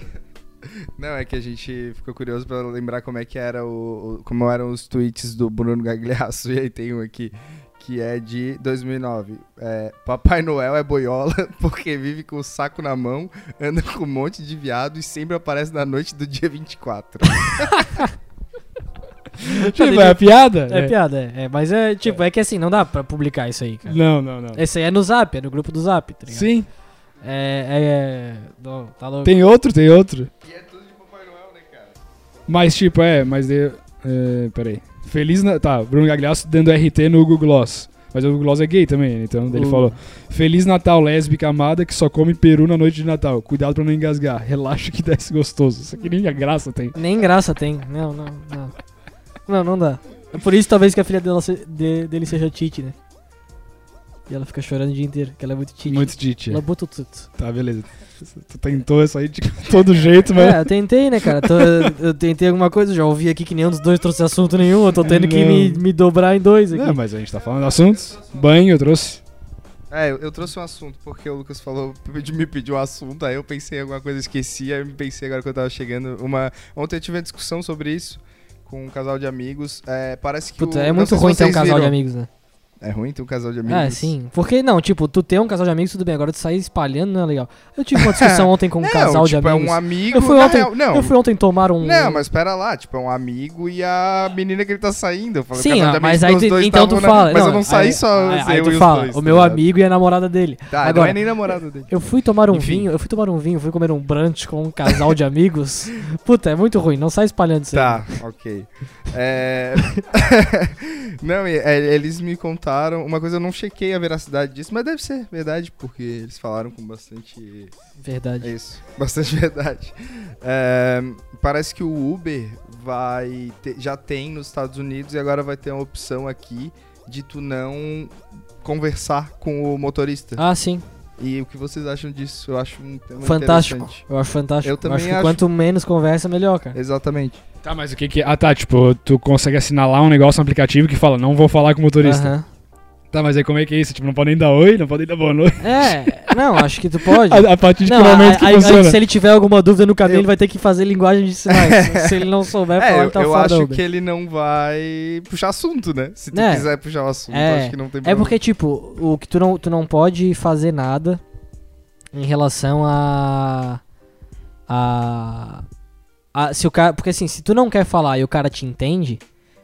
Não, é que a gente ficou curioso pra lembrar como é que era o, o- como eram os tweets do Bruno Gagliasso, (laughs) e aí tem um aqui que é de 2009. É, Papai Noel é boiola (laughs) porque vive com o saco na mão, anda com um monte de viado e sempre aparece na noite do dia 24.
Tipo, é a piada?
É, piada, é. é. Mas é, tipo, é que assim, não dá pra publicar isso aí, cara.
Não, não, não.
Esse aí é no Zap, é no grupo do Zap, tá ligado?
Sim,
É, é, é... Não, tá louco.
tem outro, tem outro.
e é tudo de Papai Noel, né, cara?
Mas, tipo, é, mas. eu- É, peraí. Feliz na. Tá, Bruno Gagliasso dando RT no Google Gloss. Mas o Google Gloss é gay também, então daí ele
Uh.
falou: Feliz Natal, lésbica amada que só come peru na noite de Natal. Cuidado pra não engasgar. Relaxa que desce gostoso. Isso aqui nem a graça tem.
Nem graça tem. Não, não, não. Não, não dá. É por isso talvez que a filha dela se- de- dele seja Titi, né? E ela fica chorando o dia inteiro, que ela é muito Titi.
Muito Tite.
Ela botou tudo.
Tá, beleza. Tu tentou essa aí de (laughs) todo jeito, mas.
É, eu tentei, né, cara? Tô- eu, eu tentei alguma coisa, já ouvi aqui que nenhum dos dois trouxe assunto nenhum, eu tô tendo que
Não.
me, me dobrar em dois aqui.
Não, mas a gente tá falando de assuntos. Banho eu trouxe.
É, eu, eu trouxe um assunto, porque o Lucas falou, pedi- me pediu um assunto, aí eu pensei em alguma coisa, esqueci, aí eu me pensei agora que eu tava chegando. Uma... Ontem eu tive uma discussão sobre isso com um casal de amigos. é, parece que.
Puta,
o-
é
tipo, não
muito
sei se
ruim ter um
vocês
casal de
viram.
amigos, né?
É ruim ter um casal de amigos.
Ah, sim. Porque, não, tipo, tu ter um casal de amigos, tudo bem. Agora tu sair espalhando não é legal. Eu tive uma discussão
(laughs)
ontem com um
Não,
casal
tipo,
de amigos.
é um amigo.
Eu fui
na
ontem-
real- não,
Eu fui ontem tomar um.
não, mas pera lá, tipo, é um amigo e a menina que ele tá saindo. Eu falei,
Sim,
casal de
ah, mas
amigos,
aí
os
tu-
dois
então tu
estavam na-
fala.
Mas eu não saí
aí-
só
aí-
eu
aí
e
tu
os
fala,
dois,
o
tá
meu
ligado?
amigo e a namorada dele.
Tá, não
Agora-
é nem namorado dele.
Eu fui tomar um
Enfim.
vinho, eu fui tomar um vinho, fui comer um brunch com um casal de
(laughs)
amigos. Puta, é muito ruim, não sai espalhando isso aí.
Tá, ok. É... (laughs) não, e- é, eles me contaram. Uma coisa eu não chequei a veracidade disso, mas deve ser verdade, porque eles falaram com bastante. É
Verdade.
isso, (laughs) bastante verdade. É, parece que o Uber vai. ter- já tem nos Estados Unidos e agora vai ter uma opção aqui de tu não conversar com o motorista.
Ah, sim.
E o que vocês acham disso? Eu acho um tema
Fantástico.
interessante.
Eu acho fantástico.
Eu também
acho que
acho.
quanto menos conversa, melhor, cara.
Exatamente.
Tá, mas o que que... Ah, tá, tipo, tu consegue assinalar um negócio no aplicativo que fala, não vou falar com o motorista.
Aham.
Tá, mas aí como é que é isso? Tipo, não podem dar oi, não podem dar boa noite.
É, não, acho
(laughs)
que tu pode.
(laughs) A, a partir de
Não,
que é
a-
momento que
a- a-
funciona?
se ele tiver alguma dúvida no caminho,
Eu-
ele vai ter que fazer linguagem de
(laughs)
sinais. se ele não souber falar,
É, eu,
ele tá
eu
fora da
acho
Uber.
que ele não vai puxar assunto, né? Se tu
É.
quiser puxar o assunto,
É.
eu acho que não tem
É
problema.
porque, tipo, o que tu não, tu não pode fazer nada em relação a. a. a- se o cara, porque assim, se tu não quer falar e o cara te entende,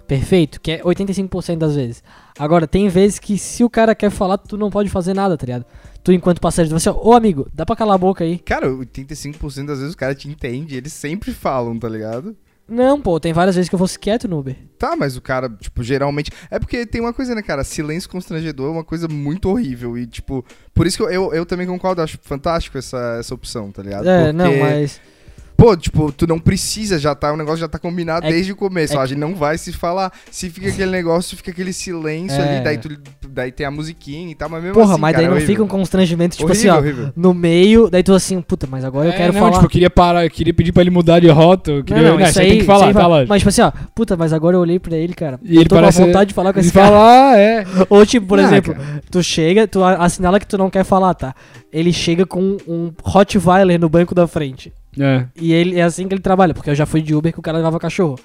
perfeito, que é 85% das vezes. Agora, tem vezes que se o cara quer falar, tu não pode fazer nada, tá ligado? Tu, enquanto passageiro, tu vai assim, ó, ô amigo, dá pra calar a boca aí.
Cara, 85% das vezes o cara te entende, eles sempre falam, tá ligado?
Não, pô, tem várias vezes que eu vou quieto no Uber.
Tá, mas o cara, tipo, geralmente. É porque tem uma coisa, né, cara? Silêncio constrangedor é uma coisa muito horrível. E, tipo, por isso que eu, eu, eu também concordo, acho fantástico essa, essa opção, tá ligado?
É,
Porque,
não, mas.
Pô, tipo, tu não precisa, já tá, o negócio já tá combinado
É que-
desde o começo.
é
ó, a gente não vai se falar. Se fica aquele negócio, fica aquele silêncio
É.
ali, daí, tu, daí tem a musiquinha e tal, mas mesmo
Porra,
assim.
mas
cara,
daí
é
não
horrível.
fica um constrangimento, tipo assim,
horrível,
ó.
horrível.
No meio, daí tu assim, puta, mas agora eu
É,
quero
não,
falar.
Tipo, eu queria parar, eu queria pedir pra ele mudar de rota. Eu queria, né, isso aí tem que falar,
aí
tá
vai-
lá.
Mas tipo assim, ó, puta, mas agora eu olhei pra ele, cara.
E ele
tô
parece-
com vontade de falar com
Ele
esse cara. (laughs)
fala, ah, é.
Ou tipo, por
Ah,
exemplo, tu chega, tu a- assinala que tu não quer falar, tá? Ele chega com um Rottweiler no banco da frente.
É.
E ele é assim que ele trabalha, porque eu já fui de Uber que o cara levava cachorro.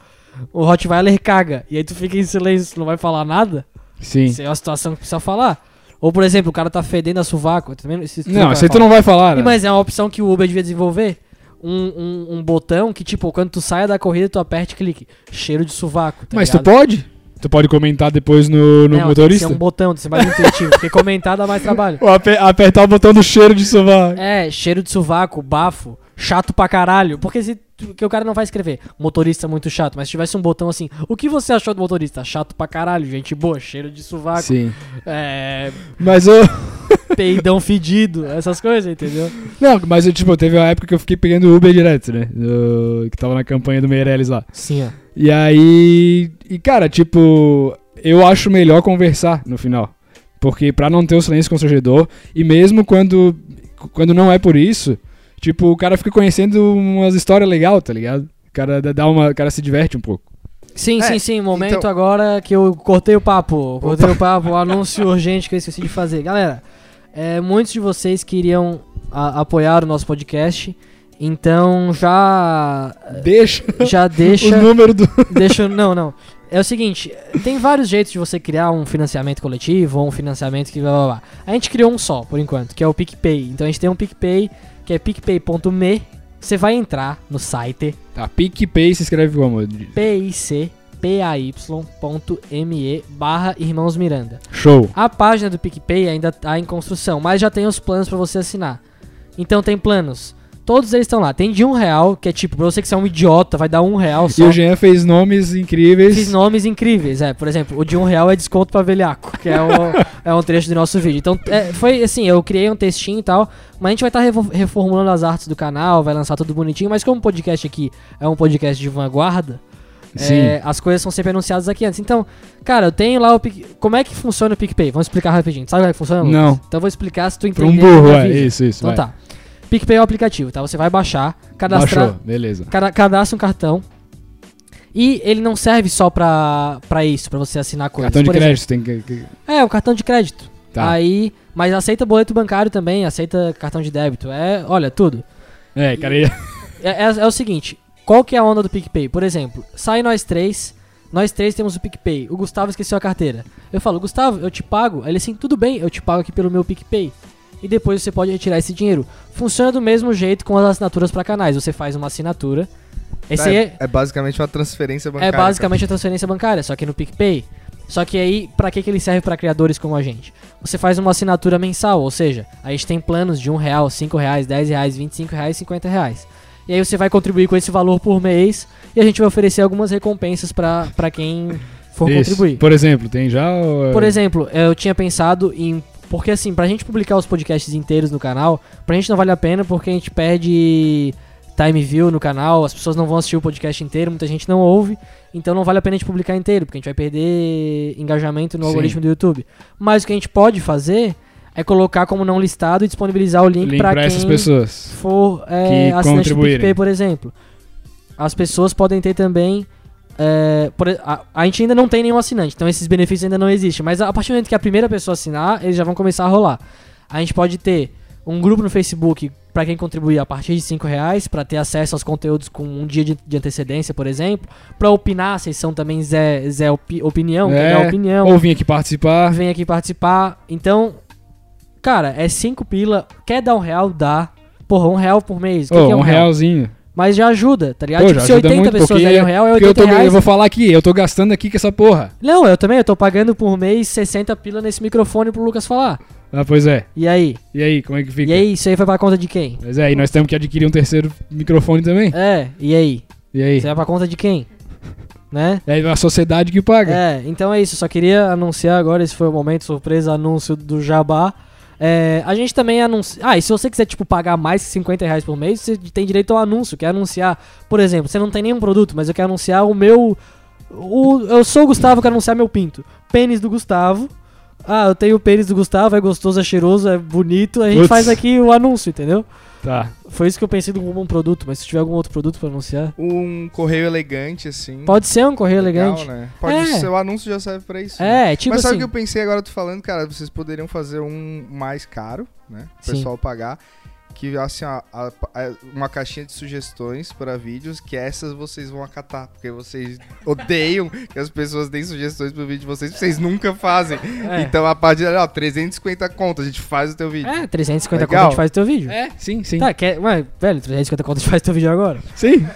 O Rottweiler caga, e aí tu fica em silêncio, tu não vai falar nada.
Sim.
Isso é uma situação que precisa falar. Ou, por exemplo, o cara tá fedendo a sovaco. Também, não- isso
Não,
vai
isso aí tu
falar.
não vai falar,
E,
né?
mas é uma opção que o Uber devia desenvolver. Um, um, um botão que, tipo, quando tu saia da corrida, tu aperta e clique. Cheiro de sovaco. Tá
Mas tu
ligado?
pode? Tu pode comentar depois no, no
Não,
motorista?
Tem que ser um botão, tem que ser mais intuitivo. porque comentar dá
(laughs)
mais trabalho.
Ou ape- apertar o botão do cheiro de sovaco.
É, cheiro de sovaco, bafo, chato pra caralho. Porque se tu- que o cara não vai escrever motorista muito chato, mas se tivesse um botão assim, o que você achou do motorista? Chato pra caralho, gente boa, cheiro de sovaco,
Sim.
é,
Mas eu.
peidão fedido, essas coisas, entendeu?
Não, mas eu, tipo, teve uma época que eu fiquei pegando Uber direto, né? Eu- que tava na campanha do Meirelles lá.
Sim, ó.
E aí. E, cara, tipo, eu acho melhor conversar no final. Porque pra não ter o silêncio constrangedor, e mesmo quando. Quando não é por isso, tipo, o cara fica conhecendo umas histórias legais, tá ligado? O cara dá- dá uma. O cara se diverte um pouco.
Sim,
É,
sim, sim. Momento
então-
agora que eu cortei o papo. Cortei o papo, o anúncio (laughs) urgente que eu esqueci de fazer. Galera, é, muitos de vocês queriam a- apoiar o nosso podcast. Então já.
Deixa,
Já Ah, (laughs) deixa.
o número do. (laughs)
deixa. Não, não. É o seguinte, tem vários jeitos de você criar um financiamento coletivo ou um financiamento que blá blá blá. A gente criou um só, por enquanto, que é o PicPay. Então a gente tem um PicPay, que é picpay.me. Você vai entrar no site,
Tá, PicPay se escreve como?
picpay.me barra Irmãos Miranda.
Show.
A página do PicPay ainda tá em construção, mas já tem os planos pra você assinar. Então tem planos. Todos eles estão lá. Tem de um real, que é tipo, pra você que você é um idiota, vai dar um real
E
só.
o Jean fez nomes incríveis.
Esses nomes incríveis, é. Por exemplo, o de um real é desconto pra velhaco, que é
(laughs)
um, é um trecho do nosso vídeo. Então, é, foi assim, eu criei um textinho e tal, mas a gente vai estar reformulando as artes do canal, vai lançar tudo bonitinho, mas como o podcast aqui é um podcast de vanguarda,
Sim.
é, as coisas são sempre anunciadas aqui antes. Então, cara, eu tenho lá o Pic... Como é que funciona o PicPay? Vamos explicar rapidinho. Tu Sabe como é que funciona? Lucas?
Não.
Então eu vou explicar se tu
Pra
entender.
um burro,
me
é.
avisa.
Isso, isso.
Então
vai.
tá. PicPay é o aplicativo, tá? Você vai baixar, cadastrar,
Baixou, beleza.
Cada- cadastra um cartão. E ele não serve só pra, pra isso, pra você assinar coisas.
Cartão de
Por
crédito tem que. que-
exemplo- é, o cartão de crédito.
Tá.
Aí, mas aceita boleto bancário também, aceita cartão de débito. É, olha, tudo.
É, cara, ele-
É, é- é o seguinte, qual que é a onda do PicPay? Por exemplo, sai nós três, Nós três temos o PicPay. O Gustavo esqueceu a carteira. Eu falo, Gustavo, eu te pago. Aí ele assim, tudo bem, eu te pago aqui pelo meu PicPay. E depois você pode retirar esse dinheiro. Funciona do mesmo jeito com as assinaturas pra canais. Você faz uma assinatura. Esse aí é,
é, é basicamente uma transferência bancária.
é basicamente a transferência bancária, só que no PicPay. Só que aí, pra que, que ele serve pra criadores como a gente? Você faz uma assinatura mensal, ou seja, a gente tem planos de um R$ 1,00, R$ 5,00, R$ 10,00, R$ 25,00 e R$ 50,00. E aí você vai contribuir com esse valor por mês e a gente vai oferecer algumas recompensas pra, pra quem for
Isso.
contribuir.
Por exemplo, tem já. o- eh,
Por exemplo, é, eu tinha pensado em. Porque assim, pra gente publicar os podcasts inteiros no canal, pra gente não vale a pena porque a gente perde time view no canal, as pessoas não vão assistir o podcast inteiro, muita gente não ouve, então não vale a pena a gente publicar inteiro, porque a gente vai perder engajamento no
Sim.
algoritmo do YouTube. Mas o que a gente pode fazer é colocar como não listado e disponibilizar o link,
link
pra,
pra
quem
essas pessoas.
for é,
que
assinante do
contribuírem.
PicPay, por exemplo. As pessoas podem ter também. é, por e- a, a gente ainda não tem nenhum assinante, então esses benefícios ainda não existem. Mas a, a partir do momento que a primeira pessoa assinar, eles já vão começar a rolar. A gente pode ter um grupo no Facebook pra quem contribuir a partir de 5 reais, pra ter acesso aos conteúdos com um dia de, de antecedência, por exemplo. Pra opinar, a sessão também Zé, Zé Opi- Opinião, quem
É,
dá opinião
Ou vim aqui participar.
vem aqui participar. Então, cara, é cinco pila. Quer dar um real? Dá. Porra, um real por mês. O que
Ô,
que é
um realzinho.
Mas já ajuda, tá ligado?
Pô,
Tipo,
já
se
ajuda
80
muito,
pessoas
porque,
derem um real, é
porque
80
eu, tô,
reais.
eu vou falar aqui, eu tô gastando aqui com essa porra.
Não, eu também, eu tô pagando por mês 60 pila nesse microfone pro Lucas falar.
Ah, pois é.
E aí?
E aí, como é que fica?
E aí, isso aí vai pra conta de quem?
Pois é, e nós temos que adquirir um terceiro microfone também.
É, e aí?
E aí?
Isso aí vai pra conta de quem? Né?
É a sociedade que paga.
É, então é isso. Só queria anunciar agora, esse foi o momento surpresa, anúncio do Jabá. É, a gente também anuncia. Ah, e se você quiser, tipo, pagar mais que 50 reais por mês, você tem direito ao anúncio. Quer anunciar, por exemplo, você não tem nenhum produto, mas eu quero anunciar o meu. o- eu sou o Gustavo, quero anunciar meu pinto. Pênis do Gustavo. Ah, eu tenho o pênis do Gustavo, é gostoso, é cheiroso, é bonito. A gente
Putz.
faz aqui o anúncio, entendeu?
Tá.
Foi isso que eu pensei de um produto, mas se tiver algum outro produto pra anunciar.
Um correio elegante, assim.
Pode ser um correio
Legal,
elegante.
né? Pode
É.
ser, o anúncio já serve pra isso. né?
É, tipo
Mas sabe
assim.
o que eu pensei agora, tu falando, cara? Vocês poderiam fazer um mais caro, né? O
Sim.
pessoal pagar. Que, assim, ó, a- a- uma caixinha de sugestões para vídeos, que essas vocês vão acatar,
(laughs)
porque vocês odeiam que as pessoas deem sugestões pro vídeo de vocês, vocês nunca fazem.
É.
Então, a partir dali, ó, 350 conto, a gente faz o teu vídeo.
É, 350 conto a
Legal.
gente faz teu vídeo.
É, sim, sim.
Tá, quer, ué, velho, 350 conto a gente faz teu vídeo agora.
Sim.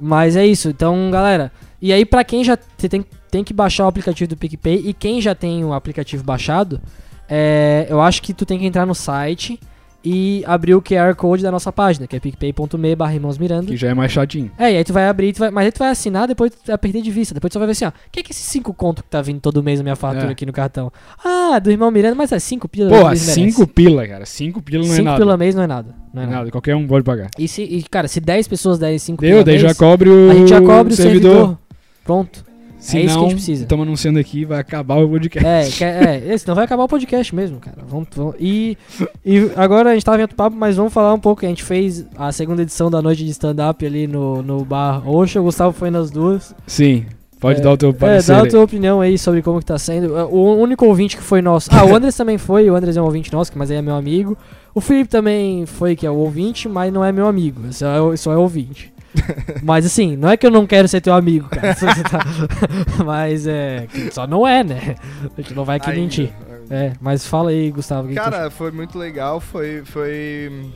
Mas é isso, então, galera. E aí, pra quem já você tem, tem que baixar o aplicativo do PicPay e quem já tem o aplicativo baixado, é, eu acho que tu tem que entrar no site e abrir o QR Code da nossa página, que é picpay.me barra irmãos Miranda.
Que já é mais chatinho.
É, e aí tu vai abrir, tu vai- mas aí tu vai assinar, depois tu vai perder de vista. Depois tu só vai ver assim, ó. O que é que esses 5 conto que tá vindo todo mês na minha fatura
É.
aqui no cartão? Ah, do irmão Miranda, mas é 5 pila.
Porra,
eles merecem.
5 pila, cara. 5 pila não é
5
nada.
pila mês não é nada. Não é
Não é
nada.
nada, qualquer um pode pagar.
E, se, e, cara, se 10 pessoas derem 5
Deu, daí já cobre o
é a gente já cobre o servidor.
servidor.
Pronto.
Se
É isso que a
não,
gente precisa.
Estamos anunciando aqui, vai acabar o podcast.
É, que- é, é, senão vai acabar o podcast mesmo, cara. Vamos, vamos- e, e agora a gente tava em outro papo, mas vamos falar um pouco. A gente fez a segunda edição da noite de stand-up ali no, no bar Oxa. O Gustavo foi nas duas.
Sim, pode
É,
dar o teu
É,
parecer.
dá a
aí.
tua opinião aí sobre como que tá sendo. É, O único ouvinte que foi nosso. Ah, o Andres também foi, o Andres é um ouvinte nosso, que- mas aí é meu amigo. O Felipe também foi, que é o ouvinte, mas não é meu amigo. Só é, só é ouvinte. Mas assim, não é que eu não quero ser teu amigo, cara. (laughs) Só você tá- mas é. que Só não é, né? A gente não vai aqui
Aí,
mentir.
ó.
É, mas fala aí, Gustavo. o que que tu
Cara, foi muito legal, foi. Foi,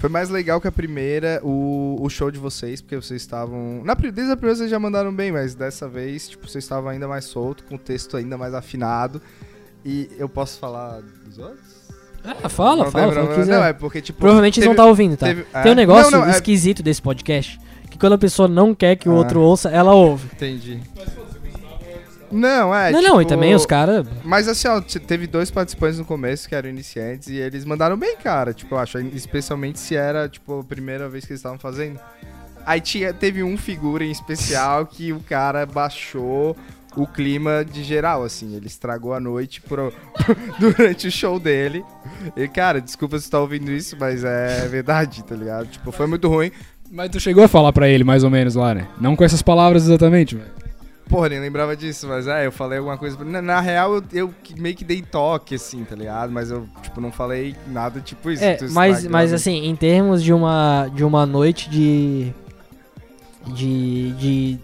foi mais legal que a primeira, o, o show de vocês, porque vocês estavam. Na, pri- desde a primeira vocês já mandaram bem, mas dessa vez, tipo, vocês estavam ainda mais solto, com o texto ainda mais afinado. E eu posso falar dos outros?
Ah, fala, fala, fala o
não tem
que
problema.
quiser.
Não, é porque, tipo.
Provavelmente eles não
teve-
estão ouvindo, tá?
teve-
Tem
é.
um negócio
Não, não, é-
esquisito desse podcast, que quando a pessoa não quer que o
Ah.
outro ouça, ela ouve.
Entendi. Não, é.
não, não, e
tipo,
também os caras...
Mas assim, ó, te- teve dois participantes no começo que eram iniciantes e eles mandaram bem, cara. Tipo, eu acho, especialmente se era, tipo, a primeira vez que eles estavam fazendo. Aí tinha, teve um figura em especial que o cara baixou o clima de geral, assim. Ele estragou a noite pro- (laughs) durante o show dele. E, cara, desculpa se tu tá ouvindo isso, mas é verdade, tá ligado? Tipo, foi muito ruim.
Mas tu chegou a falar pra ele, mais ou menos, lá, né? Não com essas palavras exatamente, mas...
Porra, nem lembrava disso, mas é, eu falei alguma coisa. pra- Na, na real, eu, eu que- meio que dei toque, assim, tá ligado? Mas eu, tipo, não falei nada tipo isso.
É,
tu
mas,
estraga,
mas
né?
assim, em termos de uma, de uma noite de, de. de.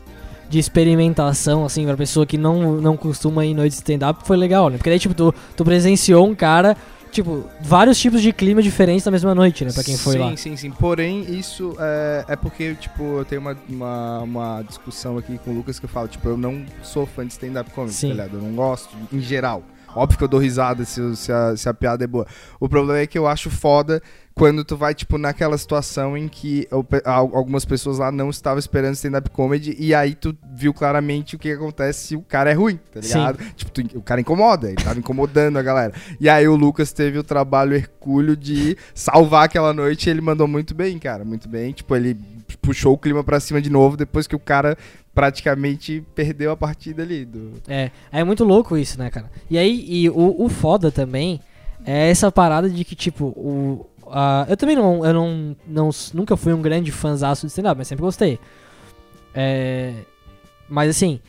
de experimentação, assim, pra pessoa que não, não costuma ir em noite de stand-up, foi legal, né? Porque daí, tipo, tu, tu presenciou um cara, tipo, vários tipos de clima diferentes na mesma noite, né? Pra quem foi
sim,
lá.
Sim, sim, sim. Porém, isso é, é porque, tipo, eu tenho uma, uma, uma discussão aqui com o Lucas que eu falo, tipo, eu não sou fã de stand-up comedy,
Sim.
tá ligado? Eu não gosto, em geral. Óbvio que eu dou risada se, o- se a, se a piada é boa. O problema é que eu acho foda quando tu vai, tipo, naquela situação em que eu pe- al- algumas pessoas lá não estavam esperando stand-up comedy e aí tu viu claramente o que acontece se o cara é ruim, tá
Sim.
ligado? Tipo, tu- o cara incomoda, ele tava incomodando a galera. E aí o Lucas teve o trabalho hercúleo de salvar aquela noite e ele mandou muito bem, cara, muito bem. Tipo, ele puxou o clima pra cima de novo depois que o cara praticamente perdeu a partida ali do...
É, é muito louco isso, né, cara? E aí, e o, o foda também é essa parada de que, tipo, o. a- eu também não, eu não, não. Nunca fui um grande fãzaço de stand-up, mas sempre gostei. É, mas assim,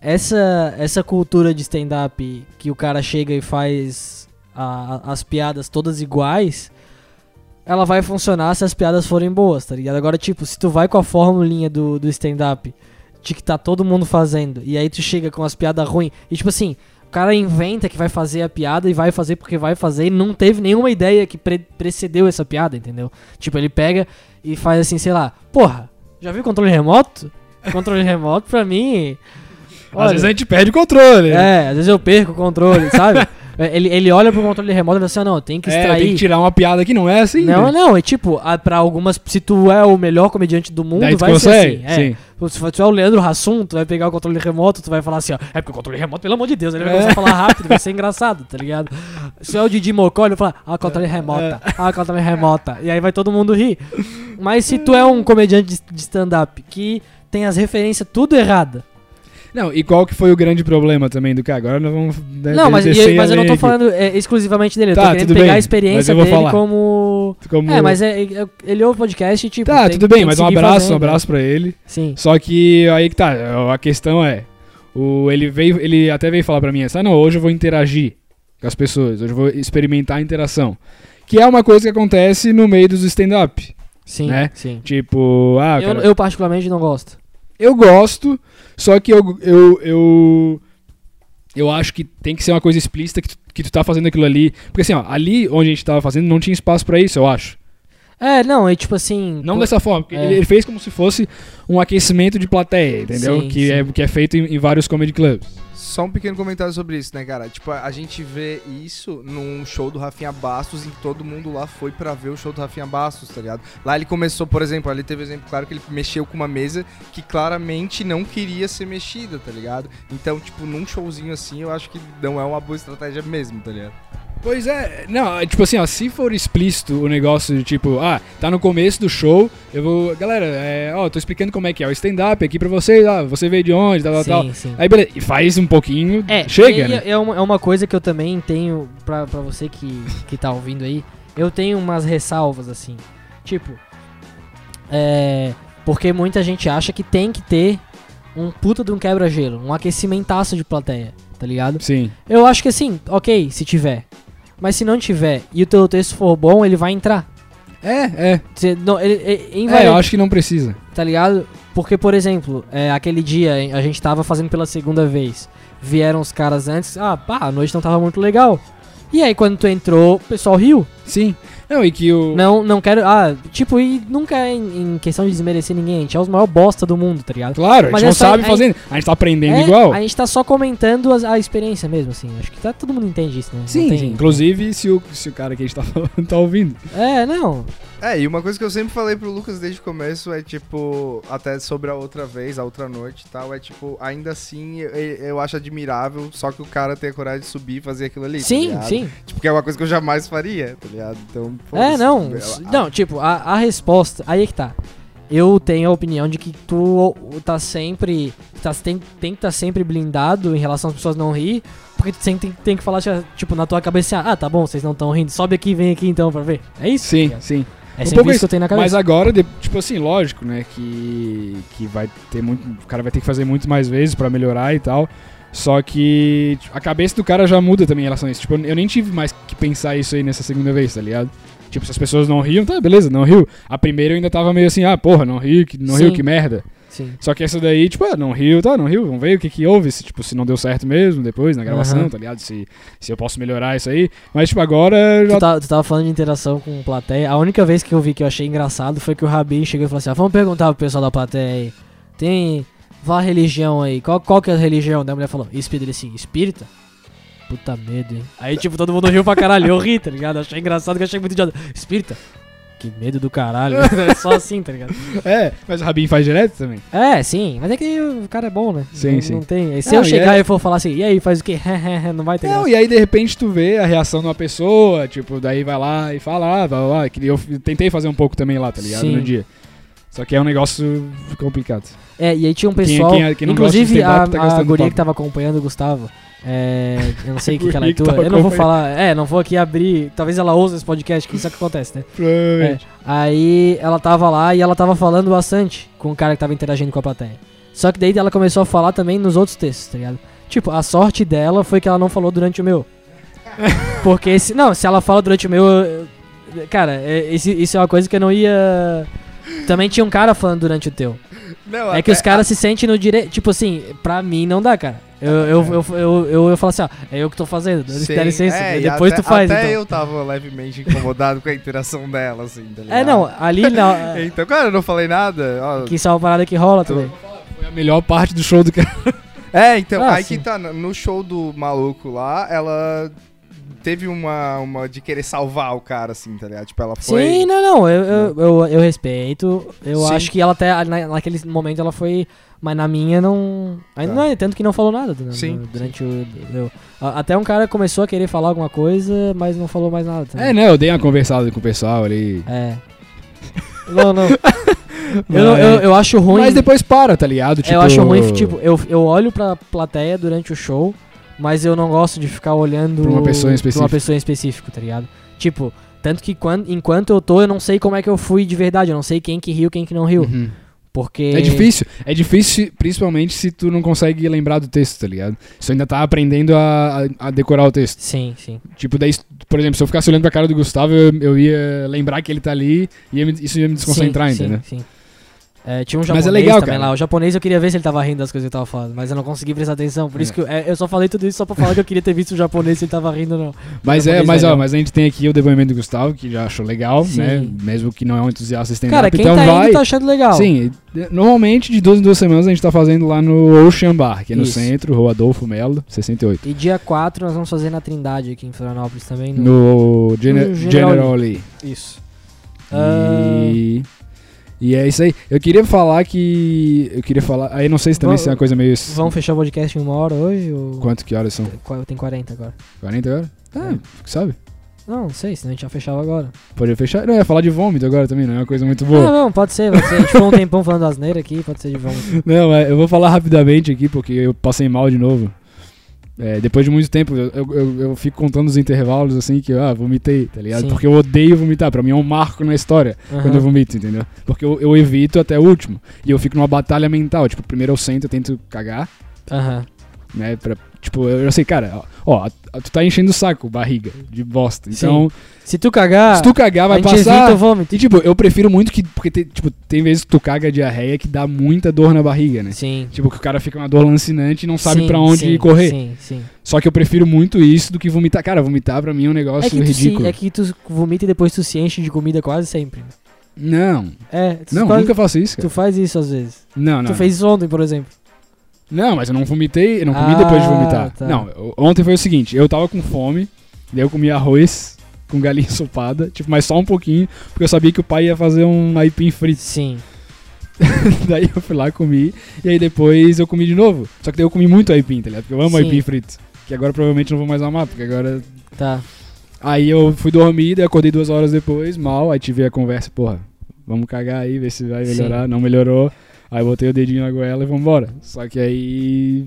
essa, essa cultura de stand-up que o cara chega e faz a- as piadas todas iguais. Ela vai funcionar se as piadas forem boas, tá ligado? Agora, tipo, se tu vai com a formulinha do, do stand-up de que tá todo mundo fazendo. E aí tu chega com as piadas ruins. E tipo assim, o cara inventa que vai fazer a piada e vai fazer porque vai fazer e não teve nenhuma ideia que pre- precedeu essa piada, entendeu? Tipo, ele pega e faz assim, sei lá, porra, já viu controle remoto? Controle remoto pra mim.
Às vezes é a gente perde o controle. né?
É, às vezes eu perco o controle, sabe?
(laughs)
É, ele, ele olha pro controle remoto e fala assim, ah, não, tem que
É,
extrair.
tem que tirar uma piada que não é assim.
não,
né?
não, é tipo, ah, pra algumas, se tu é o melhor comediante do mundo,
Daí tu
vai
consegue.
ser assim. é.
Sim.
Se for- se tu é o Leandro Hassum, tu vai pegar o controle remoto, tu vai falar assim, ó. É porque o controle remoto, pelo amor de Deus, ele
É.
vai começar a
(laughs)
falar rápido, vai ser engraçado, tá ligado? Se é o Didi Mocó, ele vai falar, ah,
É,
controle remota, ah, controle remota. E aí vai todo mundo rir. Mas se tu é um comediante de- de stand-up que tem as referências tudo errada.
Não, e qual que foi o grande problema também do cara? Agora nós vamos. né,
não, mas, e-
descer
mas
a
eu não
lenha
tô
aqui.
falando é, exclusivamente dele, eu
Tá,
tô querendo
tudo
pegar a
bem, mas
experiência
eu vou
dele
falar.
como.
Como-
É, mas é- é- ele ouve podcast e tipo.
Tá,
tem-
tudo bem,
tem que né?
mas um
seguir
abraço,
fazendo.
um abraço pra ele.
Sim.
Só que aí que tá, a questão é. O, ele veio, ele até veio falar pra mim assim, ah, não, hoje eu vou interagir com as pessoas, hoje eu vou experimentar a interação. Que é uma coisa que acontece no meio dos stand-up.
Sim,
Né?
sim.
Tipo, ah,
eu,
cara,
eu particularmente não gosto.
Eu gosto, só que eu, eu, eu, eu acho que tem que ser uma coisa explícita que tu, que tu tá fazendo aquilo ali. Porque assim, ó, ali onde a gente tava fazendo não tinha espaço pra isso, eu acho.
É, não, é tipo assim.
Não
co-
dessa forma, porque
é.
ele ele fez como se fosse um aquecimento de plateia, entendeu?
Sim,
que,
sim.
É, que é feito em, em vários comedy clubs.
Só um pequeno comentário sobre isso, né, cara? Tipo, a a gente vê isso num show do Rafinha Bastos, em que todo mundo lá foi pra ver o show do Rafinha Bastos, tá ligado? Lá ele começou, por exemplo, ali teve o exemplo claro que ele mexeu com uma mesa que claramente não queria ser mexida, tá ligado? Então, tipo, num showzinho assim, eu acho que não é uma boa estratégia mesmo, tá ligado?
Pois é, não, é tipo assim, ó, se for explícito o negócio de tipo, ah, tá no começo do show, eu vou. Galera, é, ó, tô explicando como é que é o stand-up aqui pra vocês, ah, você veio de onde, tal, tal, tal.
Sim, sim.
Aí beleza, e faz um pouquinho,
É,
chega,
e-
né?
é, uma, é uma coisa que eu também tenho, pra, pra você que, que tá ouvindo aí, eu tenho umas ressalvas, assim. Tipo, é. Porque muita gente acha que tem que ter um puta de um quebra-gelo, um aquecimentaço de plateia, tá ligado?
Sim.
Eu acho que assim, ok, se tiver. Mas se não tiver e o teu texto for bom, ele vai entrar.
É, é.
Você- não, ele, ele-
É, eu
invaria-
acho que não precisa.
tá ligado? Porque, por exemplo, é, aquele dia hein, a gente tava fazendo pela segunda vez. Vieram os caras antes, ah, pá, a noite não tava muito legal. E aí, quando tu entrou, o pessoal riu.
Sim. Não, e que o.
Não, não quero. Ah, tipo, e nunca é em, em questão de desmerecer ninguém. A gente é os maior bosta do mundo, tá ligado?
Claro, a gente
Mas
não
é só-
sabe
aí-
fazendo. A gente tá aprendendo
É,
igual.
A gente tá só comentando as- a, experiência mesmo, assim. Acho que tá, todo mundo entende isso, né? Não
Sim,
tem-
sim. Inclusive, se o, se o cara que a gente tá (laughs) falando tá ouvindo.
É, não.
É, e uma coisa que eu sempre falei pro Lucas desde o começo é tipo, até sobre a outra vez, a outra noite e tal, é tipo, ainda assim eu, eu acho admirável, só que o cara tem a coragem de subir e fazer aquilo ali. tá
Sim,
ligado?
sim.
Tipo, que é uma coisa que eu jamais faria, tá ligado? Então,
É,
foda-se. ah,
não.
Eu-
s-
a-
Não, tipo, a, a resposta. Aí é que tá. Eu tenho a opinião de que tu o- tá sempre. Tá, tem, tem que tá sempre blindado em relação às pessoas não rir. Porque tu sempre tem, tem que falar, tipo, na tua cabeça, ah, tá bom, vocês não estão rindo, sobe aqui, vem aqui então pra ver. É isso?
Sim, sim.
É
Um
sempre
pouco
isso
isso,
que eu tenho na
Mas
cabeça.
agora, de- tipo assim, lógico, né? Que. Que vai ter muito. O cara vai ter que fazer muito mais vezes pra melhorar e tal. Só que tipo, a cabeça do cara já muda também em relação a isso. Tipo, eu nem tive mais que pensar isso aí nessa segunda vez, tá ligado? Tipo, se as pessoas não riam, tá, beleza, não riu. A primeira eu ainda tava meio assim, ah, porra, não riu, que, não riu,
Sim.
que merda.
Sim.
Só que essa daí, tipo, ah, não riu, tá, não riu, vamos ver o que que houve, se, tipo, se não deu certo mesmo depois na gravação,
Aham.
tá ligado? Se, se eu posso melhorar isso aí. Mas, tipo, agora já
Tu, tá- tu tava falando de interação com plateia. A única vez que eu vi que eu achei engraçado foi que o Rabin chegou e falou assim: ah, vamos perguntar pro pessoal da plateia aí. Tem. Vá a religião aí. Qual, qual que é a religião? Daí a mulher falou: espírita. Ele assim, espírita? Puta medo, hein? Aí, tipo, todo mundo riu pra caralho. Eu ri, tá ligado? Achei engraçado que eu achei muito idiota. Espírita? Que medo do caralho. (laughs) É só assim, tá ligado?
É, mas o Rabin faz direto também.
É, sim. Mas é que o cara é bom, né?
Sim,
não,
sim.
Não tem. E se
Não,
eu
e
chegar
é-
e for falar assim: e aí, faz o quê? (laughs) não vai ter
Não,
graça.
e aí de repente tu vê a reação de uma pessoa, tipo, daí vai lá e fala, ah, vai lá, que eu f- tentei fazer um pouco também lá, tá ligado?
Sim.
No dia. Só que é um negócio complicado.
É, e aí tinha um
Quem-
pessoal.
quem- quem não gosta de
inclusive,
stand-up tá
a, a
gastando
guria
papo.
que tava acompanhando o Gustavo. É, eu não sei o que,
(laughs)
que ela é
Guria que
tua.
tava
Eu não vou
acompanhando.
falar. É, não vou aqui abrir. Talvez ela ouça esse podcast, que isso é que acontece, né? É,
Provavelmente.
aí ela tava lá e ela tava falando bastante com o cara que tava interagindo com a plateia. Só que daí ela começou a falar também nos outros textos, tá ligado? Tipo, a sorte dela foi que ela não falou durante
(laughs)
o meu. Porque se. Não, se ela fala durante o meu. eu- eu- Cara, é- esse- isso é uma coisa que eu não ia. Também tinha um cara falando durante o teu.
Não,
É que
até-
os caras se sentem no direito. Tipo assim, pra mim não dá, cara. Eu, eu, eu, eu, eu, eu, falo assim, ó, é eu que tô fazendo.
Sim,
Dá licença,
é,
e
e
depois
até-
tu faz.
Até
então.
eu tava levemente incomodado com a interação dela, assim, tá ligado?
É, não, ali na.
(laughs) Então, cara, eu não falei nada. ó.
que isso é uma parada que rola também.
É, Foi a melhor parte do
(laughs)
show do cara.
É, então,
Ah,
aí
sim.
que tá, no show do maluco lá, ela teve uma, uma de querer salvar o cara, assim, tá ligado? Tipo, ela foi...
Sim, não, não, eu, eu, eu, eu respeito. Eu
Sim.
acho que ela até. na- naquele momento ela foi. Mas na minha não. Ainda
Tá.
não é, tanto que não falou nada du-
Sim,
du- durante o. eu- a- até um cara começou a querer falar alguma coisa, mas não falou mais nada. também.
É, né? Eu dei uma conversada com o pessoal ali.
É. Não,
(laughs)
não. eu, não- eu, eu acho ruim.
Mas depois para, tá ligado?
É, eu acho ruim, tipo, eu, eu olho pra plateia durante o show, mas eu não gosto de ficar olhando
Pra uma pessoa em
pra uma pessoa em específico, tá ligado? Tipo, tanto que quando, enquanto eu tô, eu não sei como é que eu fui de verdade, eu não sei quem que riu, quem que não riu,
Uhum.
porque...
É difícil. É difícil, principalmente se tu não consegue lembrar do texto, tá ligado? Se tu ainda tá aprendendo a- a- a decorar o texto.
Sim, sim.
Tipo, daí, por exemplo, se eu ficasse olhando pra cara do Gustavo, eu, eu ia lembrar que ele tá ali e ia me- isso ia me desconcentrar,
sim,
entendeu?
Sim, sim. É, tinha um japonês
Mas é legal,
também
cara.
lá. O japonês eu queria ver se ele tava rindo das coisas que eu tava falando, mas eu não consegui prestar atenção. Por isso que eu, é, eu só falei tudo isso só pra falar que eu queria ter visto o japonês se ele tava rindo ou não.
Mas é,
Japonês
mas ó,
legal.
mas a gente tem aqui o depoimento do Gustavo, que já achou legal,
Sim.
né? Mesmo que não é um entusiasta stand-up,
Cara, quem
então
tá
vai.
indo tá achando legal.
Sim, e- normalmente de duas em duas semanas a gente tá fazendo lá no Ocean Bar, que é no
Isso.
centro, Rua Adolfo Melo, 68.
E dia 4 nós vamos fazer na Trindade aqui em Florianópolis também. no-
No Gene-
Hum. No General Ah.
General Lee.
Isso.
E... e é isso aí. Eu queria falar que. Eu queria falar. Aí não sei se também
Vamos-
se é uma coisa meio.
Vamos fechar o podcast em uma hora hoje? Ou...
Quanto que horas são?
Qu- Tem 40 agora.
40 horas? Ah,
É.
sabe?
Não, não sei, senão a gente já fechava agora.
Pode fechar. Não, eu ia falar de vômito agora também, não é uma coisa muito
Ah,
boa.
não, pode ser, pode ser. A gente ficou um tempão falando asneira aqui, pode ser de vômito.
(laughs) Não, mas eu vou falar rapidamente aqui, porque eu passei mal de novo. É, depois de muito tempo, eu, eu- eu- eu fico contando os intervalos assim que, ah, vomitei, tá ligado?
Sim.
Porque eu odeio vomitar, pra mim é um marco na história quando eu
Aham.
vomito, entendeu? Porque eu, eu evito até o último. E eu fico numa batalha mental, tipo, primeiro eu sento, eu tento cagar,
Aham.
né? Pra, tipo, eu, eu sei, cara, ó, ó, a- tu tá enchendo o saco, barriga, de bosta. Então,
Se tu cagar,
se tu cagar,
Ah, a
vai
gente
passar.
evita o vômito.
E tipo, eu prefiro muito que. Porque tem, tipo, tem vezes que tu caga diarreia que dá muita dor na barriga, né?
Sim.
Tipo, que o cara fica uma dor lancinante e não sabe
Sim,
pra onde
sim,
correr.
Sim, sim.
Só que eu prefiro muito isso do que vomitar. Cara, vomitar pra mim é um negócio
É que, tu se,
ridículo.
é que tu vomita e depois tu se enche de comida quase sempre.
Não,
É, tu
não,
quase-
nunca faço isso, cara.
Tu faz isso às vezes.
Não, não.
Tu fez isso ontem, por exemplo.
Não, mas eu não vomitei, eu não comi
Ah,
depois de vomitar.
tá.
Não, eu- ontem foi o seguinte, eu tava com fome, daí eu comi arroz com galinha (laughs) ensopada, tipo, mas só um pouquinho, porque eu sabia que o pai ia fazer um aipim frito.
Sim.
(laughs) Daí eu fui lá, comi, e aí depois eu comi de novo. Só que daí eu comi muito aipim, tá ligado? Porque eu amo
Sim.
aipim frito. Que agora provavelmente não vou mais amar, porque agora.
Tá.
Aí eu fui dormir, daí acordei duas horas depois, mal, aí tive a conversa, porra, vamos cagar aí, ver se vai
Sim.
melhorar. Não melhorou. Aí eu botei o dedinho na goela e vambora. Só que aí.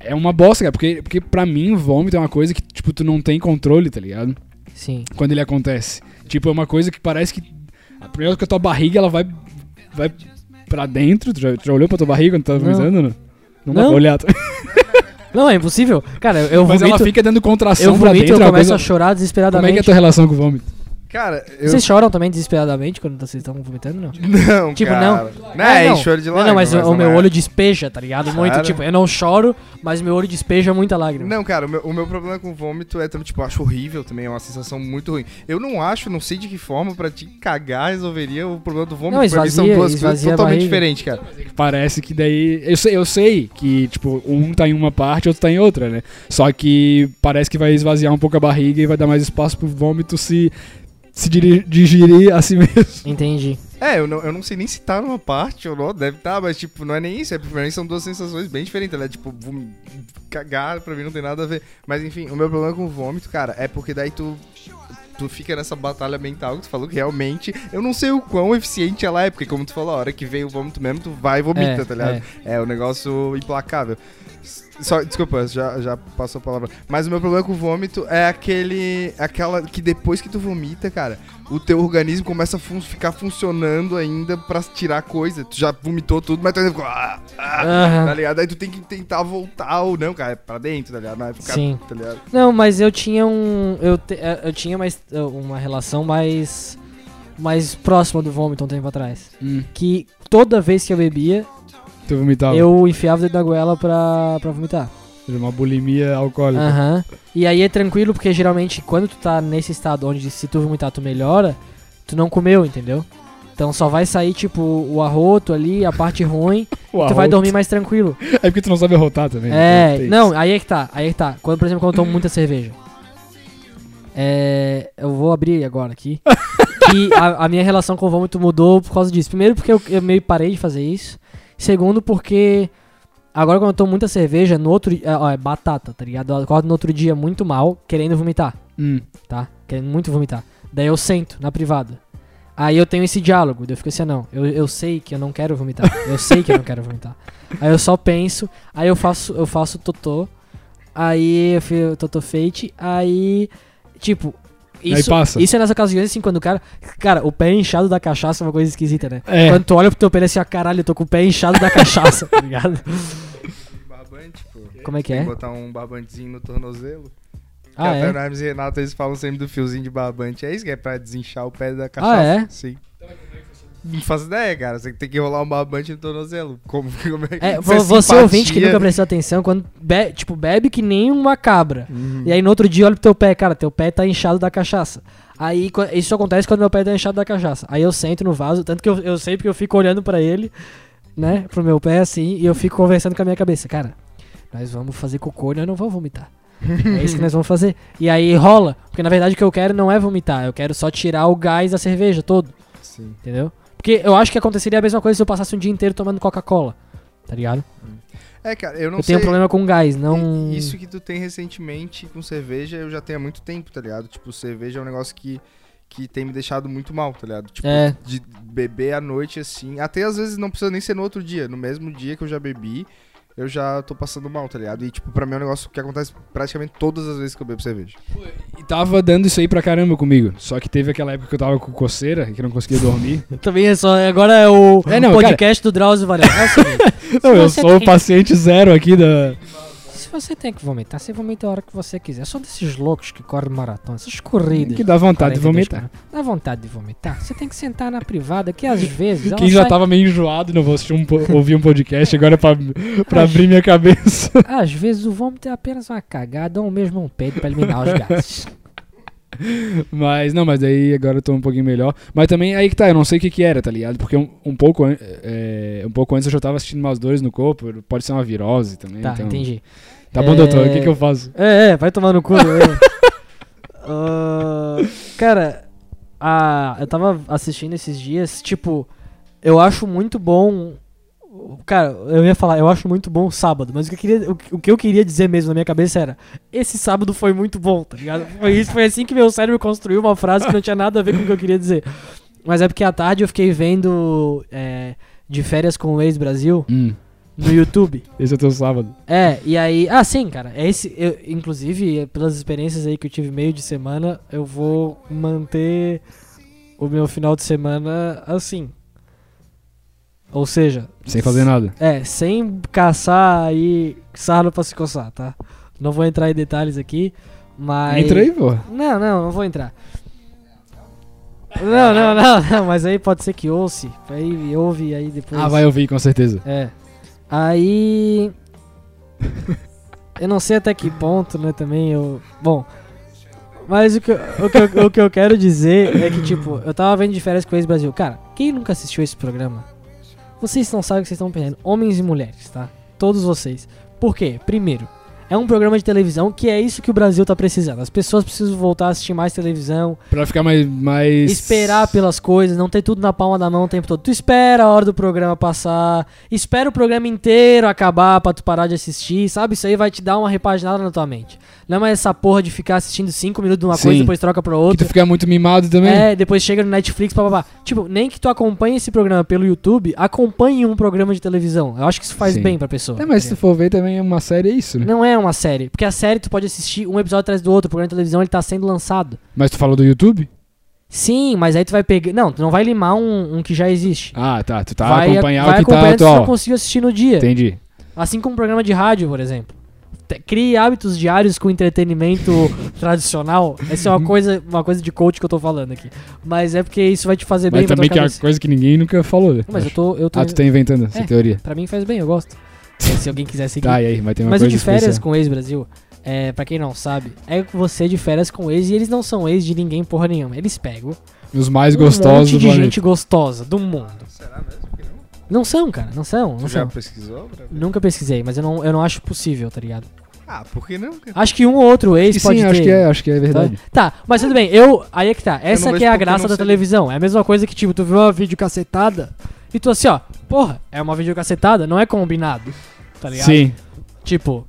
É uma bosta, cara, porque, porque pra mim vômito é uma coisa que, tipo, tu não tem controle, tá ligado?
Sim.
quando ele acontece. Tipo, é uma coisa que parece que. A primeira que a tua barriga ela vai. Vai pra dentro. Tu já, tu já olhou pra tua barriga quando tu tava
Não.
vomitando? Não, não dá
Não.
pra olhar. tá?
Não, é impossível. Cara, eu
Mas ela
vomito,
fica dando
eu
contração pra
vomito,
dentro.
eu
é uma
começo a
coisa...
chorar
Como é que é
desesperadamente.
a tua relação com o vômito?
Cara, eu.
Vocês choram também desesperadamente quando vocês estão vomitando, não?
(laughs) Não,
Tipo,
cara.
não.
Não, é,
É, não.
choro de
Não,
lágrimas.
não, mas o
não
meu
é.
olho despeja, tá ligado? Muito,
Claro.
tipo, eu não choro, mas meu olho despeja muita lágrima.
Não, cara, o meu, o meu problema com vômito é também, tipo, eu acho horrível também, é uma sensação muito ruim. Eu não acho, não sei de que forma, pra te cagar resolveria o problema do vômito.
Não,
pra mim são
esvazia-
duas coisas
esvazia a
totalmente
barriga.
diferentes, cara.
Parece que daí. Eu sei, eu sei que, tipo, um tá em uma parte, outro tá em outra, né? Só que parece que vai esvaziar um pouco a barriga e vai dar mais espaço pro vômito se, se diri- digerir a si mesmo.
Entendi.
É, eu não, eu não sei nem se tá numa parte ou não, deve estar, mas, tipo, não é nem isso. É, pra mim são duas sensações bem diferentes. Ela é, tipo, vom- cagar, pra mim não tem nada a ver. Mas, enfim, o meu problema com o vômito, cara, é porque daí tu. Tu fica nessa batalha mental que tu falou que realmente. Eu não sei o quão eficiente ela é, porque, como tu falou, a hora que vem o vômito mesmo, tu vai e vomita,
É,
tá ligado? É, um negócio implacável. S- Só, desculpa, já, já passou a palavra. Mas o meu problema com o vômito é aquele. aquela que depois que tu vomita, cara, o teu organismo começa a fun- ficar funcionando ainda pra tirar coisa. Tu já vomitou tudo, mas tu ainda ficou. "Ah, ah",
Aham.
Tá ligado? Aí tu tem que tentar voltar ou não, cara, é pra dentro, tá ligado? Não é ficar,
Sim.
tá ligado?
Não, mas eu tinha um. Eu, te- eh, eu tinha mais, eh, uma relação mais. mais próxima do vômito um tempo atrás.
Hum,
Que toda vez que eu bebia,
tu vomitava.
eu enfiava o dedo na goela pra, pra vomitar.
Uma bulimia alcoólica.
Aham. E aí é tranquilo, porque geralmente quando tu tá nesse estado onde se tu vomitar tu melhora, tu não comeu, entendeu? Então só vai sair, tipo, o arroto ali, a parte ruim,
Uau,
tu vai dormir mais tranquilo.
É porque tu não sabe rotar também. né?
É,
Tem
não,
isso.
aí é que tá, aí é que tá. Quando, por exemplo, quando eu tomo muita cerveja. É. Eu vou abrir agora aqui. que a, a minha relação com o vômito mudou por causa disso. Primeiro, porque eu, eu meio parei de fazer isso. Segundo, porque. Agora, quando eu tomo muita cerveja, no outro. É, ó, é batata, tá ligado? Eu acordo no outro dia muito mal, querendo vomitar
Hum,
tá? Querendo muito vomitar. Daí eu sento na privada. Aí eu tenho esse diálogo, daí eu fico assim, ah, não, eu, eu sei que eu não quero vomitar, eu sei que eu não
(laughs)
quero vomitar. Aí eu só penso, aí eu faço, eu faço totô, aí eu fico totô feit, aí, tipo,
Aí
isso,
passa.
isso é nas ocasiões assim, quando o cara, cara, o pé inchado da cachaça é uma coisa esquisita, né?
É.
Quando tu olha pro teu pé e assim, ah, caralho, eu tô com o pé inchado da cachaça, tá
(laughs)
ligado?
Barbante, pô.
Como é que
Tem que
é?
botar um barbantezinho no tornozelo. Que
Ah,
até
é?
o Hermes e Renato eles falam sempre do fiozinho de barbante. É isso que é pra desinchar o pé da cachaça.
é?
Sim. Não faço ideia, cara. Você tem que rolar um barbante no tornozelo. Como, (laughs) como que
É,
isso
vo- você
simpatia,
ouvinte que nunca
né?
prestou atenção, quando be- tipo, bebe que nem uma cabra. E aí no outro dia olha pro teu pé, cara, teu pé tá inchado da cachaça. Aí co- isso acontece quando meu pé tá inchado da cachaça. Aí eu sento no vaso, tanto que eu, eu sei porque eu fico olhando pra ele, né, pro meu pé assim, e eu fico conversando com a minha cabeça, cara. Nós vamos fazer cocô, nós não vamos vomitar. É isso que nós vamos fazer. E aí rola, porque na verdade o que eu quero não é vomitar, eu quero só tirar o gás da cerveja todo.
Sim.
Entendeu? Porque eu acho que aconteceria a mesma coisa se eu passasse um dia inteiro tomando Coca-Cola. Tá ligado?
É, cara, eu não
Eu
sei.
tenho um problema com gás, não.
I- Isso que tu tem recentemente com cerveja, eu já tenho há muito tempo, tá ligado? Tipo, cerveja é um negócio que, que tem me deixado muito mal, tá ligado? Tipo,
É.
de beber à noite, assim. Até às vezes não precisa nem ser no outro dia. No mesmo dia que eu já bebi, eu já tô passando mal, tá ligado? E, tipo, pra mim é um negócio que acontece praticamente todas as vezes que eu bebo cerveja.
E tava dando isso aí pra caramba comigo. Só que teve aquela época que eu tava com coceira e que eu não conseguia
(laughs)
dormir.
Também é só. Agora é o
É, não,
podcast do Drauzio Varela. É o seguinte,
não, eu
você
sou o
tem-
paciente zero aqui da.
(laughs) se você tem que vomitar, você vomita a hora que você quiser. Só desses loucos que correm maratona, essas corridas.
Que dá vontade de
42
vomitar.
km. né? Dá vontade de vomitar. Você tem que sentar na privada,
(laughs)
que às vezes.
Quem
ela
já
sai-
tava meio enjoado e não vou assistir um po- ouvir um podcast agora pra, pra abrir minha cabeça. (laughs)
Às vezes o vômito é apenas uma cagada ou mesmo um peito pra eliminar os
(laughs)
gases.
Mas não, mas daí agora eu tô um pouquinho melhor. Mas também aí que tá, eu não sei o que que era, tá ligado? Porque um, um pouco, an- é, um pouco antes eu já tava sentindo umas dores no corpo, pode ser uma virose também.
Tá,
então-
entendi.
Tá bom, doutor, o
É.
que que eu faço?
É, é, vai tomar no cu. é. Ah, cara, a- eu tava assistindo esses dias, tipo, eu acho muito bom. Cara, eu ia falar, eu acho muito bom o sábado, mas o que, eu queria, o, que- o que eu queria dizer mesmo na minha cabeça era: esse sábado foi muito bom, tá ligado? Foi, isso, foi assim que meu cérebro construiu uma frase que não tinha nada a ver com o que eu queria dizer. Mas é porque à tarde eu fiquei vendo é, de férias com o ex-Brasil
Hum,
no YouTube.
esse é o teu sábado.
É, e aí. Ah, sim, cara. É esse. Eu, inclusive, eh, pelas experiências aí que eu tive meio de semana, eu vou manter o meu final de semana assim. Ou seja,
Sem fazer nada.
é, sem caçar aí sarro pra se coçar, tá? Não vou entrar em detalhes aqui, mas.
Entra aí, pô.
Não, não, não vou entrar. Não, não, não, não, mas aí pode ser que ouça. Aí ouve, aí depois.
Ah, vai ouvir, com certeza.
É. Aí. eu não sei até que ponto, né, também eu. Bom. Mas o que, eu, o, que eu, o que eu quero dizer é que, tipo, eu tava vendo de férias com o ex-Brasil. Cara, quem nunca assistiu esse programa? Vocês não sabem o que vocês estão perdendo. Homens e mulheres, tá? Todos vocês. Por quê? Primeiro, é um programa de televisão que é isso que o Brasil tá precisando. As pessoas precisam voltar a assistir mais televisão,
Pra ficar mais. mais...
esperar pelas coisas, não ter tudo na palma da mão o tempo todo. Tu espera a hora do programa passar, espera o programa inteiro acabar pra tu parar de assistir, sabe? Isso aí vai te dar uma repaginada na tua mente. Não é mais essa porra de ficar assistindo 5 minutos de uma coisa
Sim.
depois troca pra
Que
outra.
tu fica muito mimado também.
É, depois chega no Netflix, papapá. Tipo, nem que tu acompanhe esse programa pelo YouTube, acompanhe um programa de televisão. Eu acho que isso faz
Sim.
bem pra pessoa.
É, mas se tu for ver também uma série, é isso, né?
Não é uma série, porque a série tu pode assistir um episódio atrás do outro, o programa de televisão ele tá sendo lançado.
Mas tu falou do YouTube?
Sim, mas aí tu vai pegar. Não, tu não vai limar um, um que já existe.
Ah, tá. Tu tá
vai
acompanhando
vai
o que tá
acompanhando se tu não
atual.
conseguiu assistir no dia.
Entendi.
Assim como um programa de rádio, por exemplo. Te- Crie hábitos diários
(laughs)
com entretenimento tradicional. Essa é uma coisa, uma coisa de coach que eu tô falando aqui. Mas é porque isso vai te fazer
Mas
bem pra
também
tua
que é uma
cabeça.
coisa que ninguém nunca falou, né?
Mas eu tô. Eu tô
Ah, tu tá inventando essa
É.
teoria.
Pra mim faz bem, eu gosto. É, Se alguém quiser seguir.
Tá, e aí, vai ter uma
Mas o
coisa
de férias
especial.
com o ex-Brasil, é, pra quem não sabe, é você de férias com o ex e eles não são ex de ninguém porra nenhuma. Eles pegam
Os mais
um monte
gostosos do
de
planeta.
gente gostosa do mundo.
Será mesmo que não?
Não são, cara, não são, não
Tu já
são.
pesquisou? pra ver?
Nunca pesquisei, mas eu não, eu não acho possível, tá ligado?
Ah, por que não? cara?
Acho que um ou outro ex
E
pode
sim,
ter.
acho que, é, acho que é
tá?
verdade.
Tá, mas tudo bem, eu. Aí é que tá. Essa
vejo
que é a
porque eu
graça
não
da
sei.
televisão. É a mesma coisa que, tipo, tu viu uma videocacetada e tu assim, ó, porra, é uma videocacetada, não é combinado. Tá ligado?
sim.
Tipo,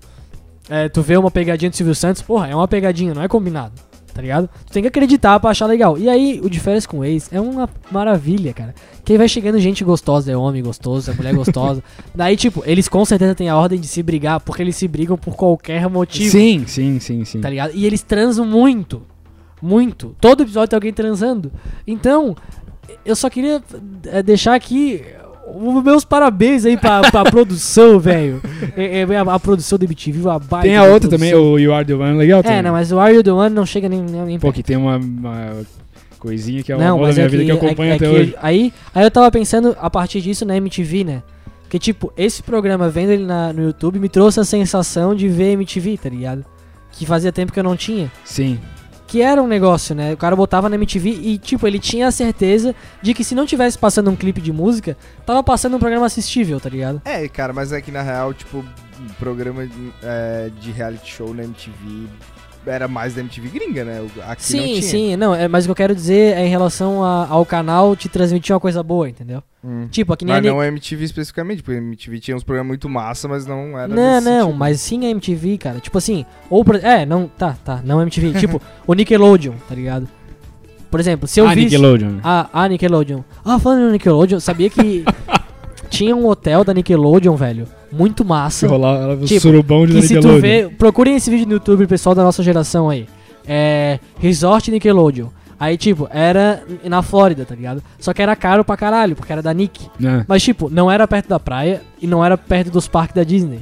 é, tu vê uma pegadinha do Silvio Santos, porra, é uma pegadinha, não é combinado, tá ligado? Tu tem que acreditar pra achar legal. E aí, o de férias com o ex é uma maravilha, cara. Que aí vai chegando gente gostosa, é homem gostoso, é mulher gostosa. Daí, tipo, eles com certeza têm a ordem de se brigar, porque eles se brigam por qualquer motivo,
Sim, sim, sim, sim.
Tipo tá ligado? E eles transam muito, muito. Todo episódio tem alguém transando. Então, eu só queria eh, deixar aqui os meus parabéns aí pra, pra produção, velho. É, é, a, a produção do MTV, a baita
Tem a
da
outra
produção.
também, o You Are The One, legal também.
É, não, mas o Are You The One não chega nem... nem, nem
Pô,
perto.
que tem uma, uma coisinha que é o
não,
amor da
mas
minha
é
vida que eu acompanho
é, é
até
que
hoje.
Aí, aí eu tava pensando, a partir disso, na MTV, né? Que, tipo, esse programa, vendo ele na- no YouTube, me trouxe a sensação de ver MTV, tá ligado? Que fazia tempo que eu não tinha.
Sim.
que era um negócio, né? O cara botava na MTV e, tipo, ele tinha a certeza de que se não tivesse passando um clipe de música, tava passando um programa assistível, tá ligado?
É, cara, mas é que na real, tipo, um programa de, é, de reality show na MTV era mais da MTV gringa, né? O- Aqui não
sim,
tinha.
sim, não, é, mas o que eu quero dizer é em relação a- ao canal te transmitir uma coisa boa, entendeu?
Hum.
Tipo, aqui nem
Mas
a N-
não a MTV especificamente, porque a MTV tinha uns programas muito massa, mas não era tipo.
Não,
nesse
não,
sentido.
mas sim a MTV, cara. Tipo assim, ou por, é, não, tá, tá, não
(laughs)
MTV, tipo o Nickelodeon, tá ligado? Por exemplo, se eu
ah,
visse
Nickelodeon.
Ah, a Nickelodeon. Ah, falando no Nickelodeon, sabia
(laughs)
que tinha um hotel da Nickelodeon, velho? Muito
Se
massa.
rolar, ela viu
Tipo,
surubão de
Que se tu
Nickelodeon.
vê, procurem esse vídeo no YouTube, pessoal da nossa geração aí. É. Resort Nickelodeon. Aí, tipo, era na Flórida, tá ligado? Só que era caro pra caralho, porque era da Nick.
Né?
Mas, tipo, não era perto da praia e não era perto dos parques da Disney.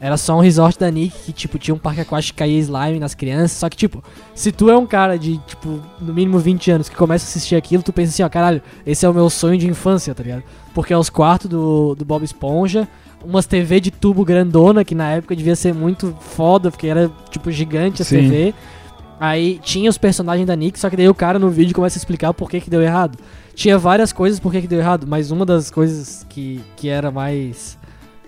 Era só um resort da Nick que, tipo, tinha um parque aquático que caía slime nas crianças. Só que, tipo, se tu é um cara de, tipo, no mínimo 20 anos que começa a assistir aquilo, tu pensa assim, ó, caralho, esse é o meu sonho de infância, tá ligado? Porque é os quartos do, do Bob Esponja, umas TV de tubo grandona, que na época devia ser muito foda, porque era, tipo, gigante a
Sim.
TV. Aí tinha os personagens da Nick, só que daí o cara no vídeo começa a explicar por que que deu errado. Tinha várias coisas por que que deu errado, mas uma das coisas que, que era mais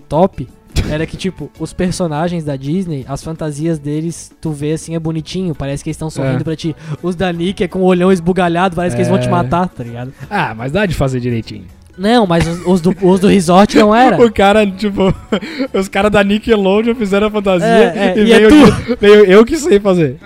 top era que, tipo, os personagens da Disney, as fantasias deles, tu vê assim, é bonitinho, parece que eles estão sorrindo
É.
pra ti. Os da Nick é com o olhão esbugalhado, parece que eles vão te
É.
matar, tá ligado?
Ah, mas dá de fazer direitinho.
Não, mas os, os do, os do resort
(laughs)
não era.
O cara, tipo, os caras da Nickelodeon fizeram a fantasia
É, é,
e,
e é
veio, veio eu que sei fazer.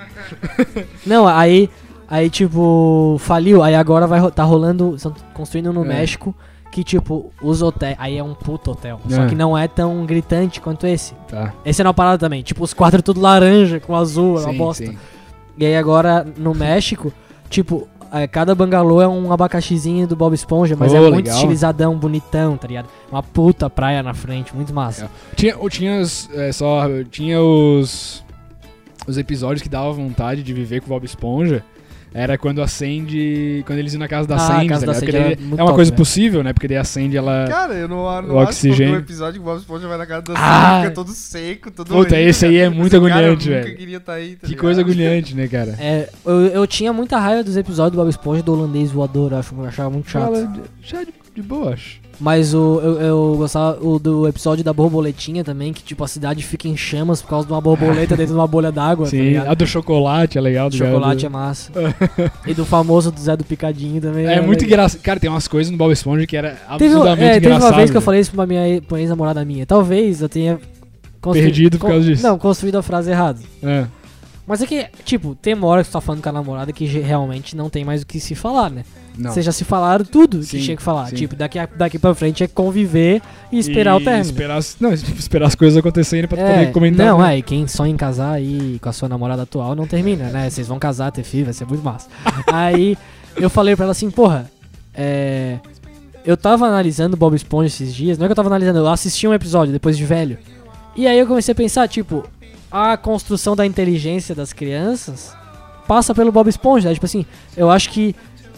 Não, aí, aí tipo, faliu. Aí agora vai ro- tá rolando, estão construindo no
É.
México que tipo, os hotéis, aí é um puto hotel, só
É.
que não é tão gritante quanto esse.
Tá.
Esse é uma parada também, tipo, os quadros tudo laranja com azul, é uma bosta. E aí agora no México, tipo, é, cada bangalô é um abacaxizinho do Bob Esponja, mas
Oh,
é muito
legal.
estilizadão, bonitão, tá ligado? Uma puta praia na frente, muito massa.
Tinha, ou tinha os, é, só, tinha os os episódios que dava vontade de viver com o Bob Esponja. Era quando a Sandy. Quando eles iam na casa da
Ah, a
Sandy,
casa
tá ligado?
da Sandy
Porque daí
era muito
é uma
top,
coisa
né?
possível, né? Porque daí a Sandy ela.
Cara, eu não, eu não
O
acho que
oxigênio.
um episódio que o Bob Esponja vai na casa da
Ah!
Sandy, fica é todo seco, todo
Puta,
horrível,
esse aí
cara.
é muito
Esse cara, eu
agoniante,
nunca
velho.
queria tá aí, tá
que
ligado?
coisa agoniante, né, cara?
É, eu, eu tinha muita raiva dos episódios do Bob Esponja do holandês voador, eu acho, eu achava muito chato.
Fala de- Chá de, de boa, acho.
Mas o, eu, eu gostava o do episódio da borboletinha também, que tipo, a cidade fica em chamas por causa de uma borboleta dentro de uma
(laughs)
bolha d'água, tá
Sim,
ligado?
a do chocolate é legal.
O
do
Chocolate
(laughs)
é massa. e do famoso do Zé do Picadinho também.
É
era
muito
legal.
engraçado. Cara, tem umas coisas no Bob Esponja que era
né? Teve, um-
absurdamente
é, teve
engraçado. né?
uma vez que eu
velho.
falei isso pra minha, ex- pra uma ex-namorada minha. Talvez eu tenha... construí-
Perdido por
con-
causa disso.
Não, construído a frase errada.
É.
Mas é que, tipo, tem uma hora que você tá falando com a namorada que ge- realmente não tem mais o que se falar, né?
Não.
Vocês já se falaram tudo
Sim,
que tinha que falar.
sim.
Tipo, daqui, a, daqui pra frente é conviver e esperar o
E
término.
Esperar as, não, es- esperar as coisas acontecerem pra tu poder comentar.
Não,
né?
é, e quem sonha em casar aí com a sua namorada atual não termina, né? Vocês vão casar, ter filho, vai ser
(laughs)
muito massa. aí eu falei pra ela assim, porra, é. Eu tava analisando Bob Esponja esses dias, não é que eu tava analisando, eu assisti um episódio depois de velho. E aí eu comecei a pensar, tipo, a construção da inteligência das crianças passa pelo Bob Esponja, né? Tipo assim, eu acho que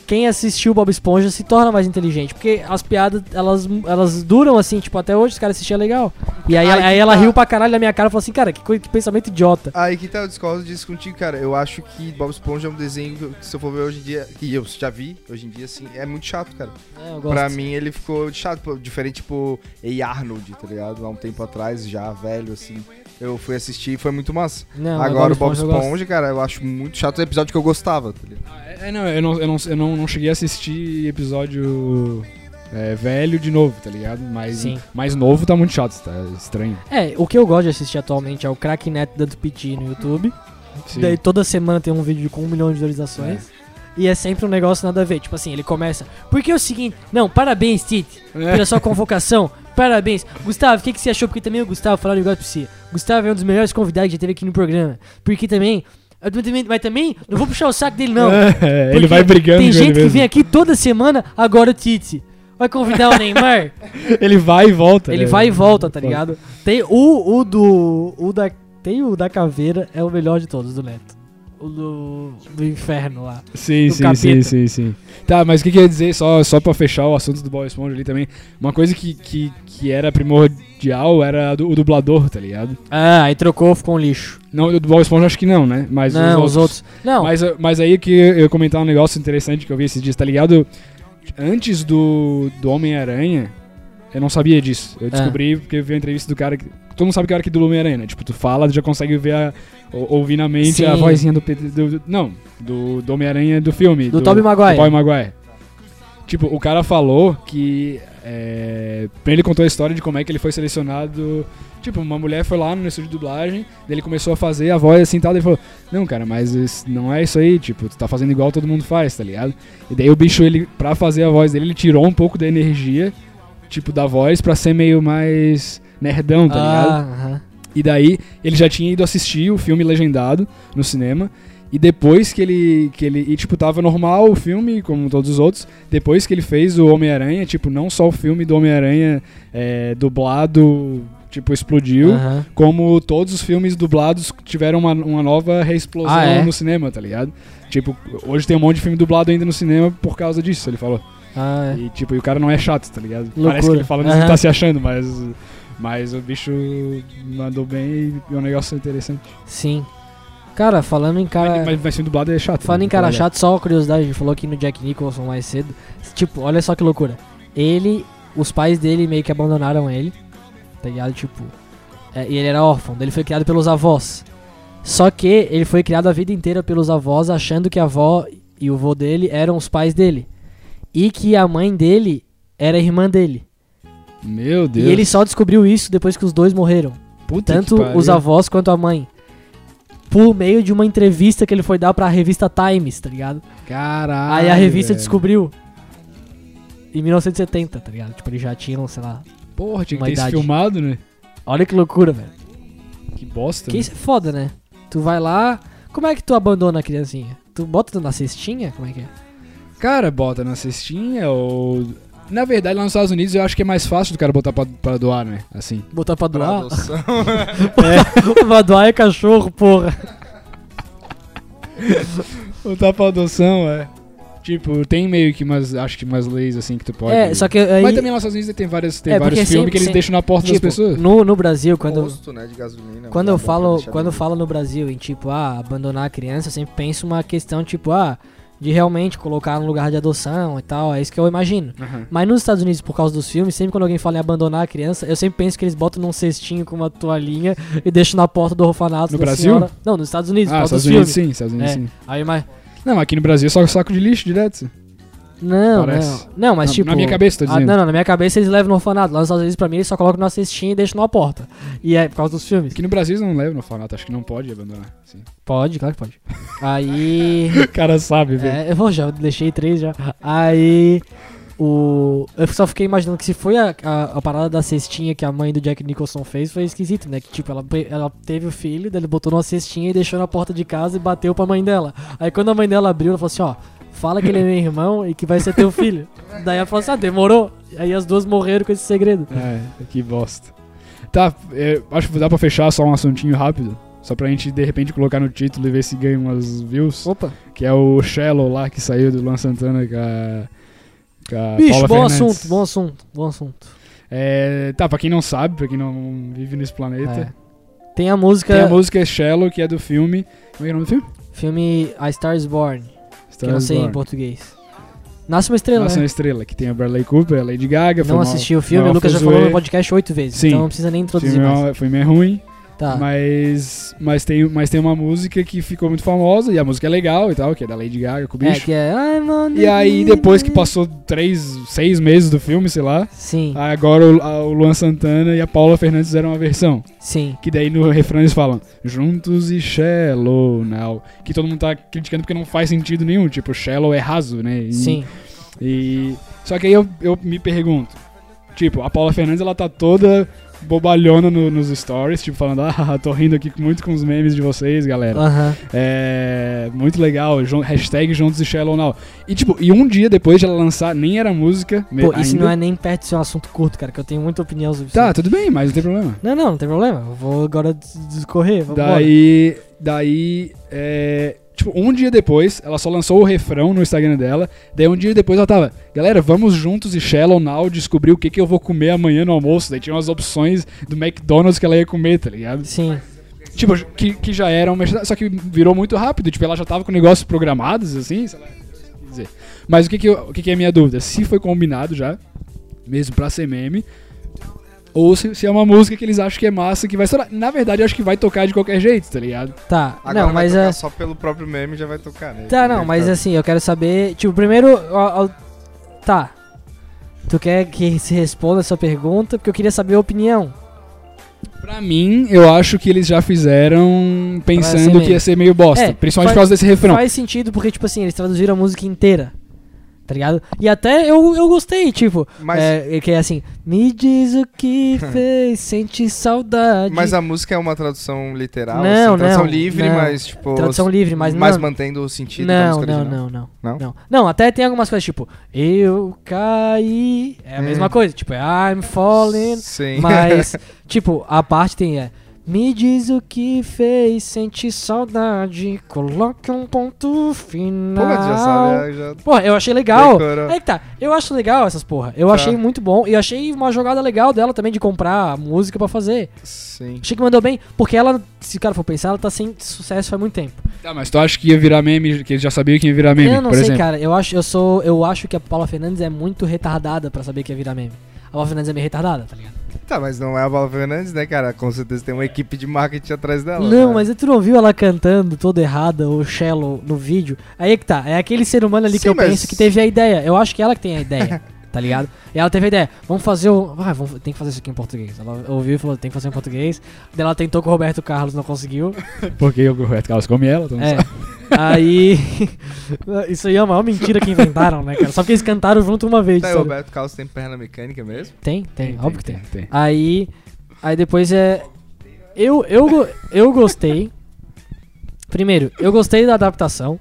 quem assistiu Bob Esponja se torna mais inteligente, porque as piadas, elas, elas duram assim, tipo, até hoje os caras assistiam legal. E aí,
Ai,
ela- aí
que
ela
tá.
riu pra caralho da minha cara e falou assim, cara, que, coi- que pensamento idiota.
Aí que tá, eu discordo disso contigo, cara. Eu acho que Bob Esponja é um desenho que, eu- que se eu for ver hoje em dia, e eu já vi, hoje em dia, assim, é muito chato, cara.
É, eu gosto.
Pra mim ele ficou chato, pô, diferente, tipo, Ei Arnold, tá ligado? Há um tempo atrás, já velho, assim. Eu fui assistir e foi muito massa.
Não,
Agora o Bob
É, eu gosto.
Esponja, cara, eu acho muito chato o episódio que eu gostava, tá ligado?
É, não, eu não, eu não, eu não, não cheguei a assistir episódio é, velho de novo, tá ligado? Mas
Sim.
mais novo tá muito chato, tá estranho.
É, o que eu gosto de assistir atualmente é o Crack Neto dando piti no YouTube.
Sim. (laughs) É,
Daí toda semana tem um vídeo com um milhão de visualizações. E é sempre um negócio nada a ver. Tipo assim, ele começa. Porque é o seguinte. Não, parabéns, Tite,
É.
pela sua convocação. Parabéns. Gustavo, o que, que você achou? Porque também o Gustavo falou um negócio pra você. Gustavo é um dos melhores convidados que já teve aqui no programa. Porque também. eu também- Mas também, não vou puxar o saco dele, não.
É, ele
Porque
vai brigando
Tem
com
gente
ele
que
mesmo.
vem aqui toda semana, agora o Tite. Vai convidar
(laughs)
o Neymar?
Ele vai e volta.
Ele
né?
vai e volta, tá ligado? Tem o, o do. O da, tem o da caveira, é o melhor de todos, do Neto. O do, do inferno lá.
Sim,
do
sim,
capeta.
sim, sim, sim. Tá, mas o que que eu ia dizer, só, só pra fechar o assunto do Bob Esponja ali também, uma coisa que, que, que era primordial era a do- o dublador, tá ligado?
Ah, aí trocou, ficou um lixo.
Não, o do Bob Esponja acho que não, né? Mas
não, os outros. Não,
Mas, mas aí que eu ia comentar um negócio interessante que eu vi esses dias, tá ligado? Antes do, do Homem-Aranha, eu não sabia disso.
É.
Eu descobri porque eu vi a entrevista do cara. Que, todo mundo sabe que é o cara que do Homem-Aranha, né? Tipo, tu fala, tu já consegue ver a, ou- ouvir na mente a
Sim.
vozinha do, Peter- do, do- Não, do, do Homem-Aranha do filme.
do, Tobey Maguire.
Do Tobey Maguire. Tipo, o cara falou que. É, ele contou a história de como é que ele foi selecionado. Tipo, uma mulher foi lá no estúdio de dublagem, daí ele começou a fazer a voz assim e tal. daí Ele falou: Não, cara, mas isso- não é isso aí. Tipo, tu tá fazendo igual todo mundo faz, tá ligado? E daí o bicho, ele, pra fazer a voz dele, ele tirou um pouco da energia, tipo, da voz pra ser meio mais nerdão, tá ligado?
ah, aham.
E daí ele já tinha ido assistir o filme legendado no cinema. E depois que ele. que ele. E tipo, tava normal o filme, como todos os outros. Depois que ele fez o Homem-Aranha, tipo, não só o filme do Homem-Aranha é, dublado, tipo, explodiu.
Aham.
Como todos os filmes dublados tiveram uma, uma nova reexplosão
Ah, é?
no cinema, tá ligado? Tipo, hoje tem um monte de filme dublado ainda no cinema por causa disso, ele falou.
Ah, é.
E tipo, e o cara não é chato, tá ligado? Parece que
Loucura.
ele fala, mas
Aham.
ele tá se achando, mas. Mas o bicho mandou bem e é um negócio interessante.
Sim. Cara, falando em cara.
Mas, mas, mas sendo dublado é chato.
Falando
né?
em cara
Então,
chato, só uma curiosidade, a gente falou aqui no Jack Nicholson mais cedo. Tipo, olha só que loucura. Ele, os pais dele meio que abandonaram ele, tá ligado? Tipo, é, e ele era órfão, daí ele foi criado pelos avós. Só que ele foi criado a vida inteira pelos avós, achando que a avó e o vô dele eram os pais dele. E que a mãe dele era a irmã dele.
Meu Deus.
E ele só descobriu isso depois que os dois morreram.
Puta
Tanto
que pariu.
os avós quanto a mãe. Por meio de uma entrevista que ele foi dar pra revista Times, tá ligado?
Caralho.
Aí a revista
velho.
descobriu em 1970, tá ligado? Tipo, eles já tinham, sei lá.
Porra, tinha que
uma
ter isso
idade.
filmado, né?
Olha que loucura, velho.
Que bosta.
Que
né?
isso é foda, né? Tu vai lá. Como é que tu abandona a criancinha? Tu bota na cestinha? Como é que é?
Cara, bota na cestinha ou. Na verdade, lá nos Estados Unidos eu acho que é mais fácil do cara botar pra, pra doar, né? Assim.
Botar pra
Pra
(laughs) doar?
adoção.
é pra doar é cachorro, porra.
O tapa-adoção é. Tipo, tem meio que umas. Acho que umas leis assim que tu pode.
É, só que aí...
Mas também lá nos Estados Unidos tem, várias, tem
É, porque
vários filmes
sempre-
que eles
sempre-
deixam na porta das
tipo,
pessoas. Ah, é
no, no Brasil, quando...
Posto, né, de gasolina.
Quando
Tá
eu
bom pra
falo,
deixar
quando eu
bem-
falo no Brasil em tipo, ah, abandonar a criança, eu sempre penso uma questão tipo, ah, de realmente colocar no lugar de adoção e tal, é isso que eu imagino.
Aham.
Mas nos Estados Unidos, por causa dos filmes, sempre quando alguém fala em abandonar a criança, eu sempre penso que eles botam num cestinho com uma toalhinha e deixam na porta do orfanato
No
da
Brasil?
senhora. Não, nos Estados Unidos,
Ah,
por causa
Estados
dos
Unidos
filmes.
sim, Estados Unidos
É.
sim.
Aí, mas...
Não, aqui no Brasil é só saco de lixo direto.
Não,
Parece.
não. Não, mas
Na-
tipo...
na minha cabeça, tô
Ah,
dizendo.
não, não, na minha cabeça eles levam no orfanato. Lá nos Estados Unidos, pra mim, eles só colocam na cestinha e deixam na porta. E é por causa dos filmes.
Aqui no Brasil eles não levam no orfanato, acho que não pode abandonar.
(laughs)
Sim.
Pode, claro que pode. Aí...
O cara sabe, velho.
É, eu vou já, eu deixei três já. Aí. O... Eu só fiquei imaginando que se foi a, a, a parada da cestinha que a mãe do Jack Nicholson fez, foi esquisito, né? Que tipo, ela, pe- ela teve o filho, daí ele botou numa cestinha e deixou na porta de casa e bateu pra mãe dela. Aí quando a mãe dela abriu, ela falou assim, ó, fala que ele é meu irmão e que vai ser teu filho. daí ela falou assim, ah, demorou. Aí as duas morreram com esse segredo.
É, que bosta. Tá, é, acho que dá pra fechar só um assuntinho rápido. Só pra gente, de repente, colocar no título e ver se ganha umas views.
Opa.
Que é o Shallow lá, que saiu do Luan Santana com a, com a
Bicho,
Paula
bom
Fernandes.
assunto, bom assunto, bom assunto.
É, tá, pra quem não sabe, pra quem não vive nesse planeta,
É. Tem a música,
tem a música Shallow, que é do filme... Como é que é o nome do filme?
filme A Star is Born. Que eu não
Stars
sei em
Born.
português. Nasce uma estrela,
Nossa,
né?
uma estrela, que tem a Bradley Cooper, a Lady Gaga. foi uma-
Não assisti o
foi
filme,
uma
o Lucas já
fuzuê.
falou no podcast oito vezes,
Sim.
então não precisa
O
nem introduzir
filme é um
mais.
uma- foi meio ruim,
Tá.
mas, mas, tem, mas tem uma música que ficou muito famosa, e a música é legal e tal, que é da Lady Gaga com o
É,
bicho.
que é. I'm on
E
the
aí, depois que
river.
passou três, seis meses do filme, sei lá,
né?" Sim,
agora o, a- o Luan Santana e a Paula Fernandes fizeram uma versão.
sim.
Que daí no refrão eles falam Juntos e Shallow Now. Que todo mundo tá criticando porque não faz sentido nenhum. Tipo, Shallow é raso, né? E-
Sim,
E. Só que aí eu, eu me pergunto. Tipo, a Paula Fernandes ela tá toda bobalhona no- nos stories, tipo, falando, ah, (laughs) tô rindo aqui muito com os memes de vocês, galera.
aham.
É muito legal. jun- Hashtag juntos e Shallow Now. E tipo, e um dia depois de ela lançar, nem era música. me-
Pô, isso
ainda.
não é nem perto de ser um assunto curto, cara, que eu tenho muita opinião sobre
Tá,
isso.
tudo bem, mas não tem problema.
Não, não, não tem problema. Eu vou agora des- discorrer, vamos
Daí. Daí. é, Tipo, um dia depois, ela só lançou o refrão no Instagram dela. Daí um dia depois ela tava, galera, vamos juntos e Shallow Now descobrir o que, que eu vou comer amanhã no almoço. Daí tinha umas opções do McDonald's que ela ia comer, tá ligado?
Sim,
Tipo, que, que já era uma. Só que virou muito rápido. Tipo, ela já tava com negócios programados, assim, sei lá. quer Dizer. Mas o que que, eu- o que que é a minha dúvida? Se foi combinado já, mesmo pra ser meme, ou se, se é uma música que eles acham que é massa, que vai estourar. Na verdade, eu acho que vai tocar de qualquer jeito, tá ligado?
tá.
Agora
não,
vai
mas
tocar
é.
Só pelo próprio meme já vai tocar, né?
Tá, não, mas assim, eu quero saber. Tipo, primeiro. ó, ó, tá. Tu quer que se responda essa pergunta? Porque eu queria saber a opinião.
Pra mim, eu acho que eles já fizeram
ser
pensando
meme.
que ia ser meio bosta.
É,
principalmente
faz-
por causa desse refrão.
Faz sentido porque, tipo assim, eles traduziram a música inteira. Tá ligado? E até eu, eu gostei, tipo.
Mas-
é, que é assim. Me diz o
(laughs)
que fez sentir saudade.
Mas a música é uma tradução literal,
Não,
assim, tradução
não,
livre,
não.
mas tipo.
Tradução livre, mas,
mas
não.
mantendo o sentido da
Não,
música
não,
original.
não, não,
Não?
não. Não, até tem algumas coisas, tipo. Eu caí. É a
Hum.
mesma coisa. Tipo, I'm falling.
Sim. (laughs)
Mas, tipo, a parte tem é. Me diz o que fez sentir saudade. Coloque um ponto
Pô,
final.
mas já sabe, é. já.
Porra, eu achei legal.
Decorou.
É que tá, eu acho legal essas porra. Eu
Tá.
achei muito bom. E achei uma jogada legal dela também de comprar a música pra fazer.
Sim.
Achei que mandou bem, porque ela, se o cara for pensar, ela tá sem sucesso faz muito tempo.
Tá, mas tu acha que ia virar meme, que eles já sabiam que ia virar meme,
eu não
por
sei,
exemplo?
cara. Eu acho, eu sou. Eu acho que a Paula Fernandes é muito retardada pra saber que ia virar meme. A Paula Fernandes é meio retardada, tá ligado?
Tá, mas não é a Paula Fernandes, né, cara? Com certeza tem uma equipe de marketing atrás dela.
Não,
né?
mas tu não ouviu ela cantando toda errada, o Shallow, no vídeo? Aí é que tá, é aquele ser humano ali que
Sim,
eu
mas-
penso que teve a ideia. Eu acho que ela que tem a
(laughs)
ideia, tá ligado? E ela teve a ideia, vamos fazer o... Ah, vamos... tem que fazer isso aqui em português. Ela ouviu e falou, tem que fazer em português. Daí ela tentou com o Roberto Carlos, não conseguiu.
Porque o Roberto Carlos come ela, então
É. Aí... (laughs) isso aí é a maior mentira que inventaram, né, cara? Só porque eles cantaram junto uma vez.
Tá, e o
sabe?
Roberto Carlos tem perna mecânica mesmo?
Tem, tem, óbvio que tem.
tem.
Aí, aí depois é. Eu, eu, go- eu gostei. Primeiro, eu gostei da adaptação.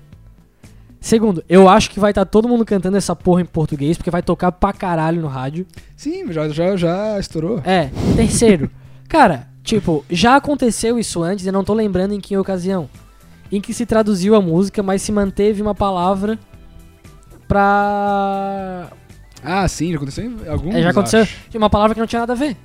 Segundo, eu acho que vai estar todo mundo cantando essa porra em português, porque vai tocar pra caralho no rádio.
Sim, já, já, já estourou.
É, terceiro, cara, tipo, já aconteceu isso antes e eu não tô lembrando em que ocasião. em que se traduziu a música, mas se manteve uma palavra pra.
Ah, sim, já aconteceu em alguns.
É, já aconteceu.
acho.
Uma palavra que não tinha nada a ver.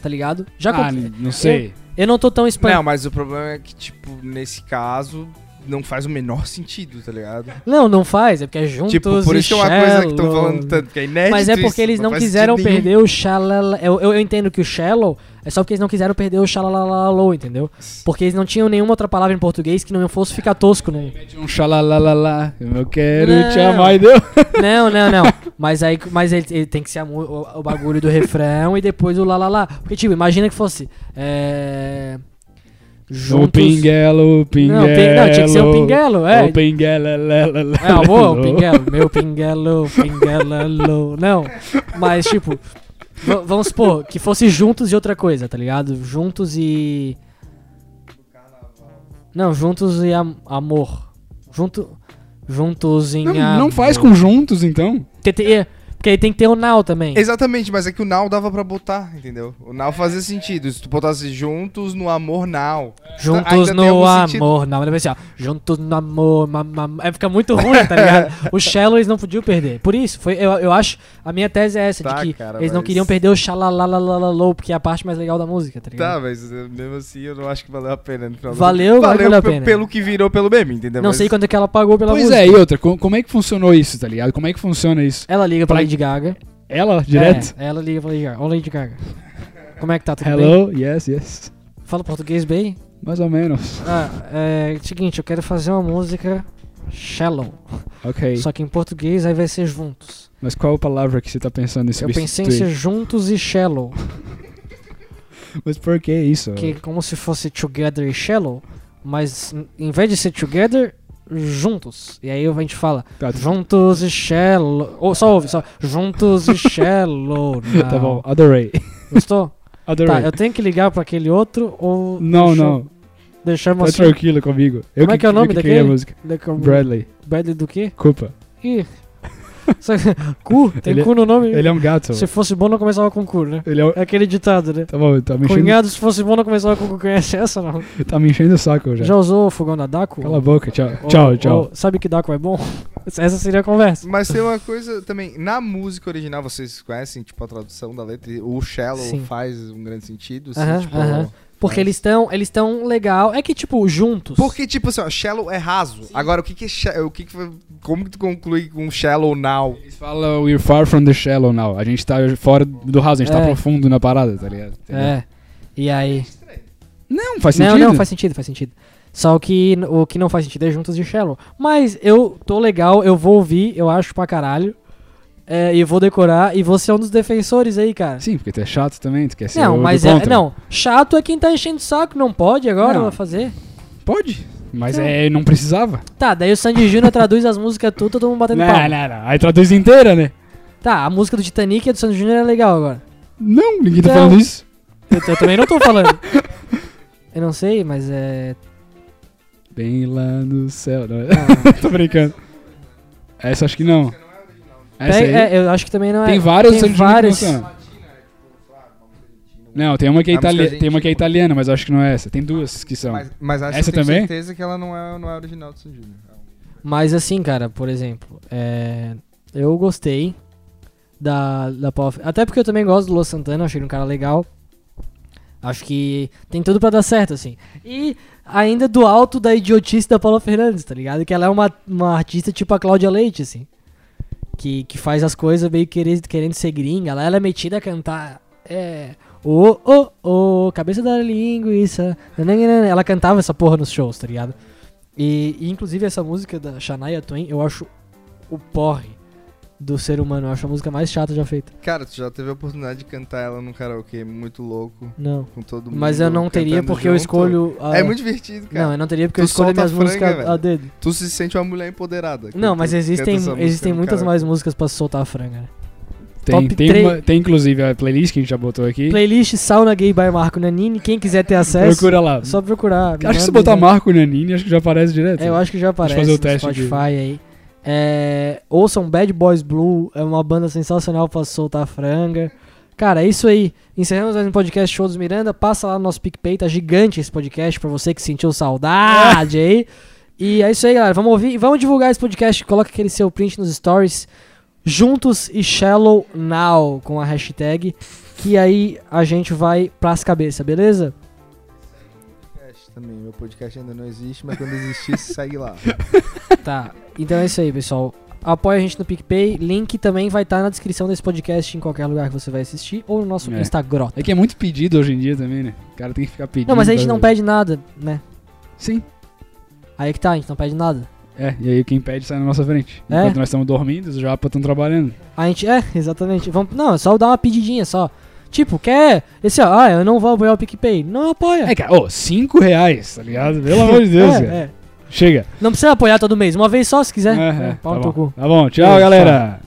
Tá ligado? Já
ah,
aconteceu.
não sei.
Eu não tô tão
Não,
espanhol.
mas o problema é que, tipo, nesse caso, não faz o menor sentido, tá ligado?
Não, não, faz, é porque é juntos
tipo, por
e
isso que é uma coisa que estão
Shallow.
falando tanto, que é inédito.
um Mas é porque
isso,
eles não
faz
quiseram
sentido nenhum.
perder o Shalala. Eu, eu, eu entendo que o Shallow é só porque eles não quiseram perder o Shalalalo, entendeu? Porque eles não tinham nenhuma outra palavra em português que não fosse ficar tosco num.
Mete um xalalalala, eu quero te
Não.
amar, Um entendeu?
Não, não, não. Mas aí mas ele, ele tem que ser a mu- o, o bagulho do refrão e depois o lalalá. Porque, tipo, imagina que fosse. É.
O pinguelo, um o pinguelo.
Não, pin- não, tinha que ser o pinguelo, é.
O pinguelo,
É,
(laughs)
avô, o pinguelo, meu pinguelo, um pinguelo, não. Mas, tipo, v- vamos supor que fosse juntos e outra coisa, tá ligado? Juntos e... Não, juntos e am- amor. Junto... Juntos em...
Não,
amor.
não faz conjuntos, então.
Tem- tem- é, Porque aí tem que ter o now também.
Exatamente, mas é que o Now dava pra botar, entendeu? O Now fazia sentido. Se tu botasse juntos no amor Now.
Juntos
Ainda tem
no
algum sentido.
amor. Não, ele vai assim, ó. Juntos no amor. ma- ma- É, fica muito ruim, tá
(laughs)
ligado? o Shallow eles não podiam perder. Por isso, foi, eu, eu acho. A minha tese é essa,
Tá,
de que
cara,
eles não
mas-
queriam perder o Shalalalalalo, porque é a parte mais legal da música, tá ligado?
Tá, mas eh, mesmo assim eu não acho que valeu a pena. No final do-
Valeu, mas valeu a
pe-
pena.
pelo que virou pelo meme, entendeu?
não
Tá, Mas-
sei quanto que ela pagou pela
pois
música.
é, e outra, co- como é que funcionou isso, tá ligado? Como é que funciona isso?
Ela liga pra
Pra-
Lady Gaga.
Ela, direto?
É, ela liga pra Lady Gaga. Ô, Lady Gaga. Como é que tá? Tudo bem?
Hello, yes, yes.
Fala português bem?
Mais ou menos.
Ah, é. Seguinte, eu quero fazer uma música Shallow.
Ok.
Só que em português aí vai ser juntos.
Mas qual a palavra que você tá pensando em
Eu
substituir?
pensei em ser juntos e shallow,
Mas por que isso?
que é como se fosse together e shallow, mas n- em vez de ser together, juntos. E aí a gente fala
Tá, tu-
juntos e shallow. Ou só ouve, só juntos e shallow.
(laughs)
Não.
tá bom, adorei.
Gostou? Tá,
Adorei.
eu tenho que ligar pra aquele outro ou
Não,
deixa-
não,
Deixamos
tá
assim.
tranquilo comigo. Eu
Como é que é o
eu
nome
criei a
daquele?
música.
Leco-
Bradley,
um Bradley do quê?
Culpa. (laughs)
Ih. Só- cu, tem
Ele-
cu no nome.
Ele é um gato.
Se fosse bom não começava com cu, né?
Ele é um...
É aquele ditado, né?
Tá bom, tá me, enchendo,
Cunhado, se fosse bom não começava com cu. Conhece essa não?
tá me enchendo o saco já.
Já, usou o fogão da Daco?
Cala a boca, tchau, tchau, tchau.
Ô, sabe que Daco é bom? (laughs) Essa seria a conversa.
Mas tem uma coisa também, na música original, vocês conhecem, tipo, a tradução da letra, e o shallow
Sim.
faz um grande sentido, assim,
Aham,
tipo...
aham. Porque eles estão Então, eles tão legal. É que, tipo, juntos.
Porque, tipo assim, ó, shallow é raso. Agora, o que que é sha- o que que foi- como que tu conclui com shallow now?
Então,
Eles falam we're far from the shallow now. A gente tá fora do raso, a gente
É.
tá profundo na parada, tá ligado? Entendeu?
É. E aí.
Não, faz
não,
sentido.
não, faz sentido, faz sentido. Só que n- o que não faz sentido é juntos de Shallow. Mas eu tô legal, eu vou ouvir, eu acho pra caralho. É, e vou decorar. E você é um dos defensores aí, cara.
Sim, porque tu é chato também, tu quer ser o
não,
do
mas é.
contra.
Não, chato é quem tá enchendo o saco, não pode agora
Não.
fazer.
Pode, mas é, não precisava.
Tá, daí o Sandy Júnior (laughs) traduz as músicas tudo, todo mundo batendo
não,
palma.
não, não. Aí traduz inteira, né?
Tá, a música do Titanic e a do Sandy Júnior é legal agora.
Não, ninguém tá
Não.
falando isso.
Eu, eu também não tô falando. Eu não sei, mas é.
Bem lá no céu. Não é?
Ah.
(laughs) Tô brincando. Essa acho que não. Essa aí,
Pega- é, eu acho que também não é.
tem várias
tem
Sandy Júnior
várias.
que funcionam. né? Não, tem uma que é,
A música
itali tem uma que é
argentina.
italiana, mas eu acho que não é essa. Tem duas que são.
Mas, mas acho
Essa
que eu tenho
também?
certeza que ela não é, não é original do Sandy Júnior.
Mas assim, cara, por exemplo, é, eu gostei da, da Paula Fe- Até porque eu também gosto do Luan Santana, achei ele um cara legal. Acho que tem tudo pra dar certo, assim. E ainda do alto da idiotice da Paula Fernandes, tá ligado? Que ela é uma, uma artista tipo a Cláudia Leite, assim. Que, que faz as coisas meio querendo, querendo ser gringa. Ela, ela é metida a cantar. É. Ô, ô, ô, cabeça da linguiça. nananana. Ela cantava essa porra nos shows, tá ligado? E, e, inclusive essa música da Shania Twain, eu acho o porre do ser humano. Eu acho a música mais chata já feita.
Cara, tu já teve a oportunidade de cantar ela num karaokê muito louco,
Não.
com todo mundo
Mas eu não teria
cantando
porque eu
junto.
escolho. A...
É muito divertido, cara.
Não, eu não teria porque
Tu
eu escolho
solta
minhas
a franga,
músicas a- a
velho.
dedo.
Tu se sente uma mulher empoderada.
Não, mas
Canta-
existem,
canta essa música
existem
no
muitas
karaokê.
mais músicas pra soltar a franga. né?
Tem,
top
tem,
três.
uma- tem inclusive a playlist que a gente já botou aqui.
Playlist Sauna Gay by Marco Nanini. Quem quiser ter acesso,
Procura lá.
é só procurar.
Acho que se
Manda
botar
um-
Marco Nanini, acho que já aparece direto.
É, eu acho que já aparece
fazer o
no
teste de-
Spotify aí. É, ouçam Bad Boys Blue, é uma banda sensacional pra soltar franga. Cara, é isso aí. Encerramos mais um podcast
(laughs)
Show dos Miranda. Passa lá no nosso PicPay, tá gigante esse podcast pra você que sentiu saudade aí. E é isso aí, galera. Vamos ouvir e vamos divulgar esse podcast. Coloca aquele seu print nos stories. Juntos e Shallow Now com a hashtag. Que aí a gente vai pras cabeças, beleza?
podcast também. Meu podcast ainda não existe, mas quando existir, (laughs) segue lá.
Tá. Então é isso aí, pessoal. Apoia a gente no PicPay. Link também vai estar na descrição desse podcast em qualquer lugar que você vai assistir ou no nosso
É.
Instagram.
É que é muito pedido hoje em dia também, né? O cara tem que ficar pedindo.
Não, mas a gente não
pra-
pede nada, né?
Sim.
Aí que tá, a gente não pede nada.
É, e aí quem pede sai na nossa frente.
É?
Enquanto nós estamos dormindo, os japas estão trabalhando.
A gente. É, (laughs) exatamente. Vamos, não, é só dar uma pedidinha só. Tipo, quer. Esse, ó, ah, eu não vou apoiar o PicPay. Não apoia.
É, cara, ô, 5 reais, tá ligado? Pelo amor de Deus,
É,
cara.
é.
Chega.
Não precisa apoiar todo mês, uma vez só se quiser.
É, é,
pau
tá
no teu
bom.
cu.
Tá bom, tchau,
Beijo,
galera.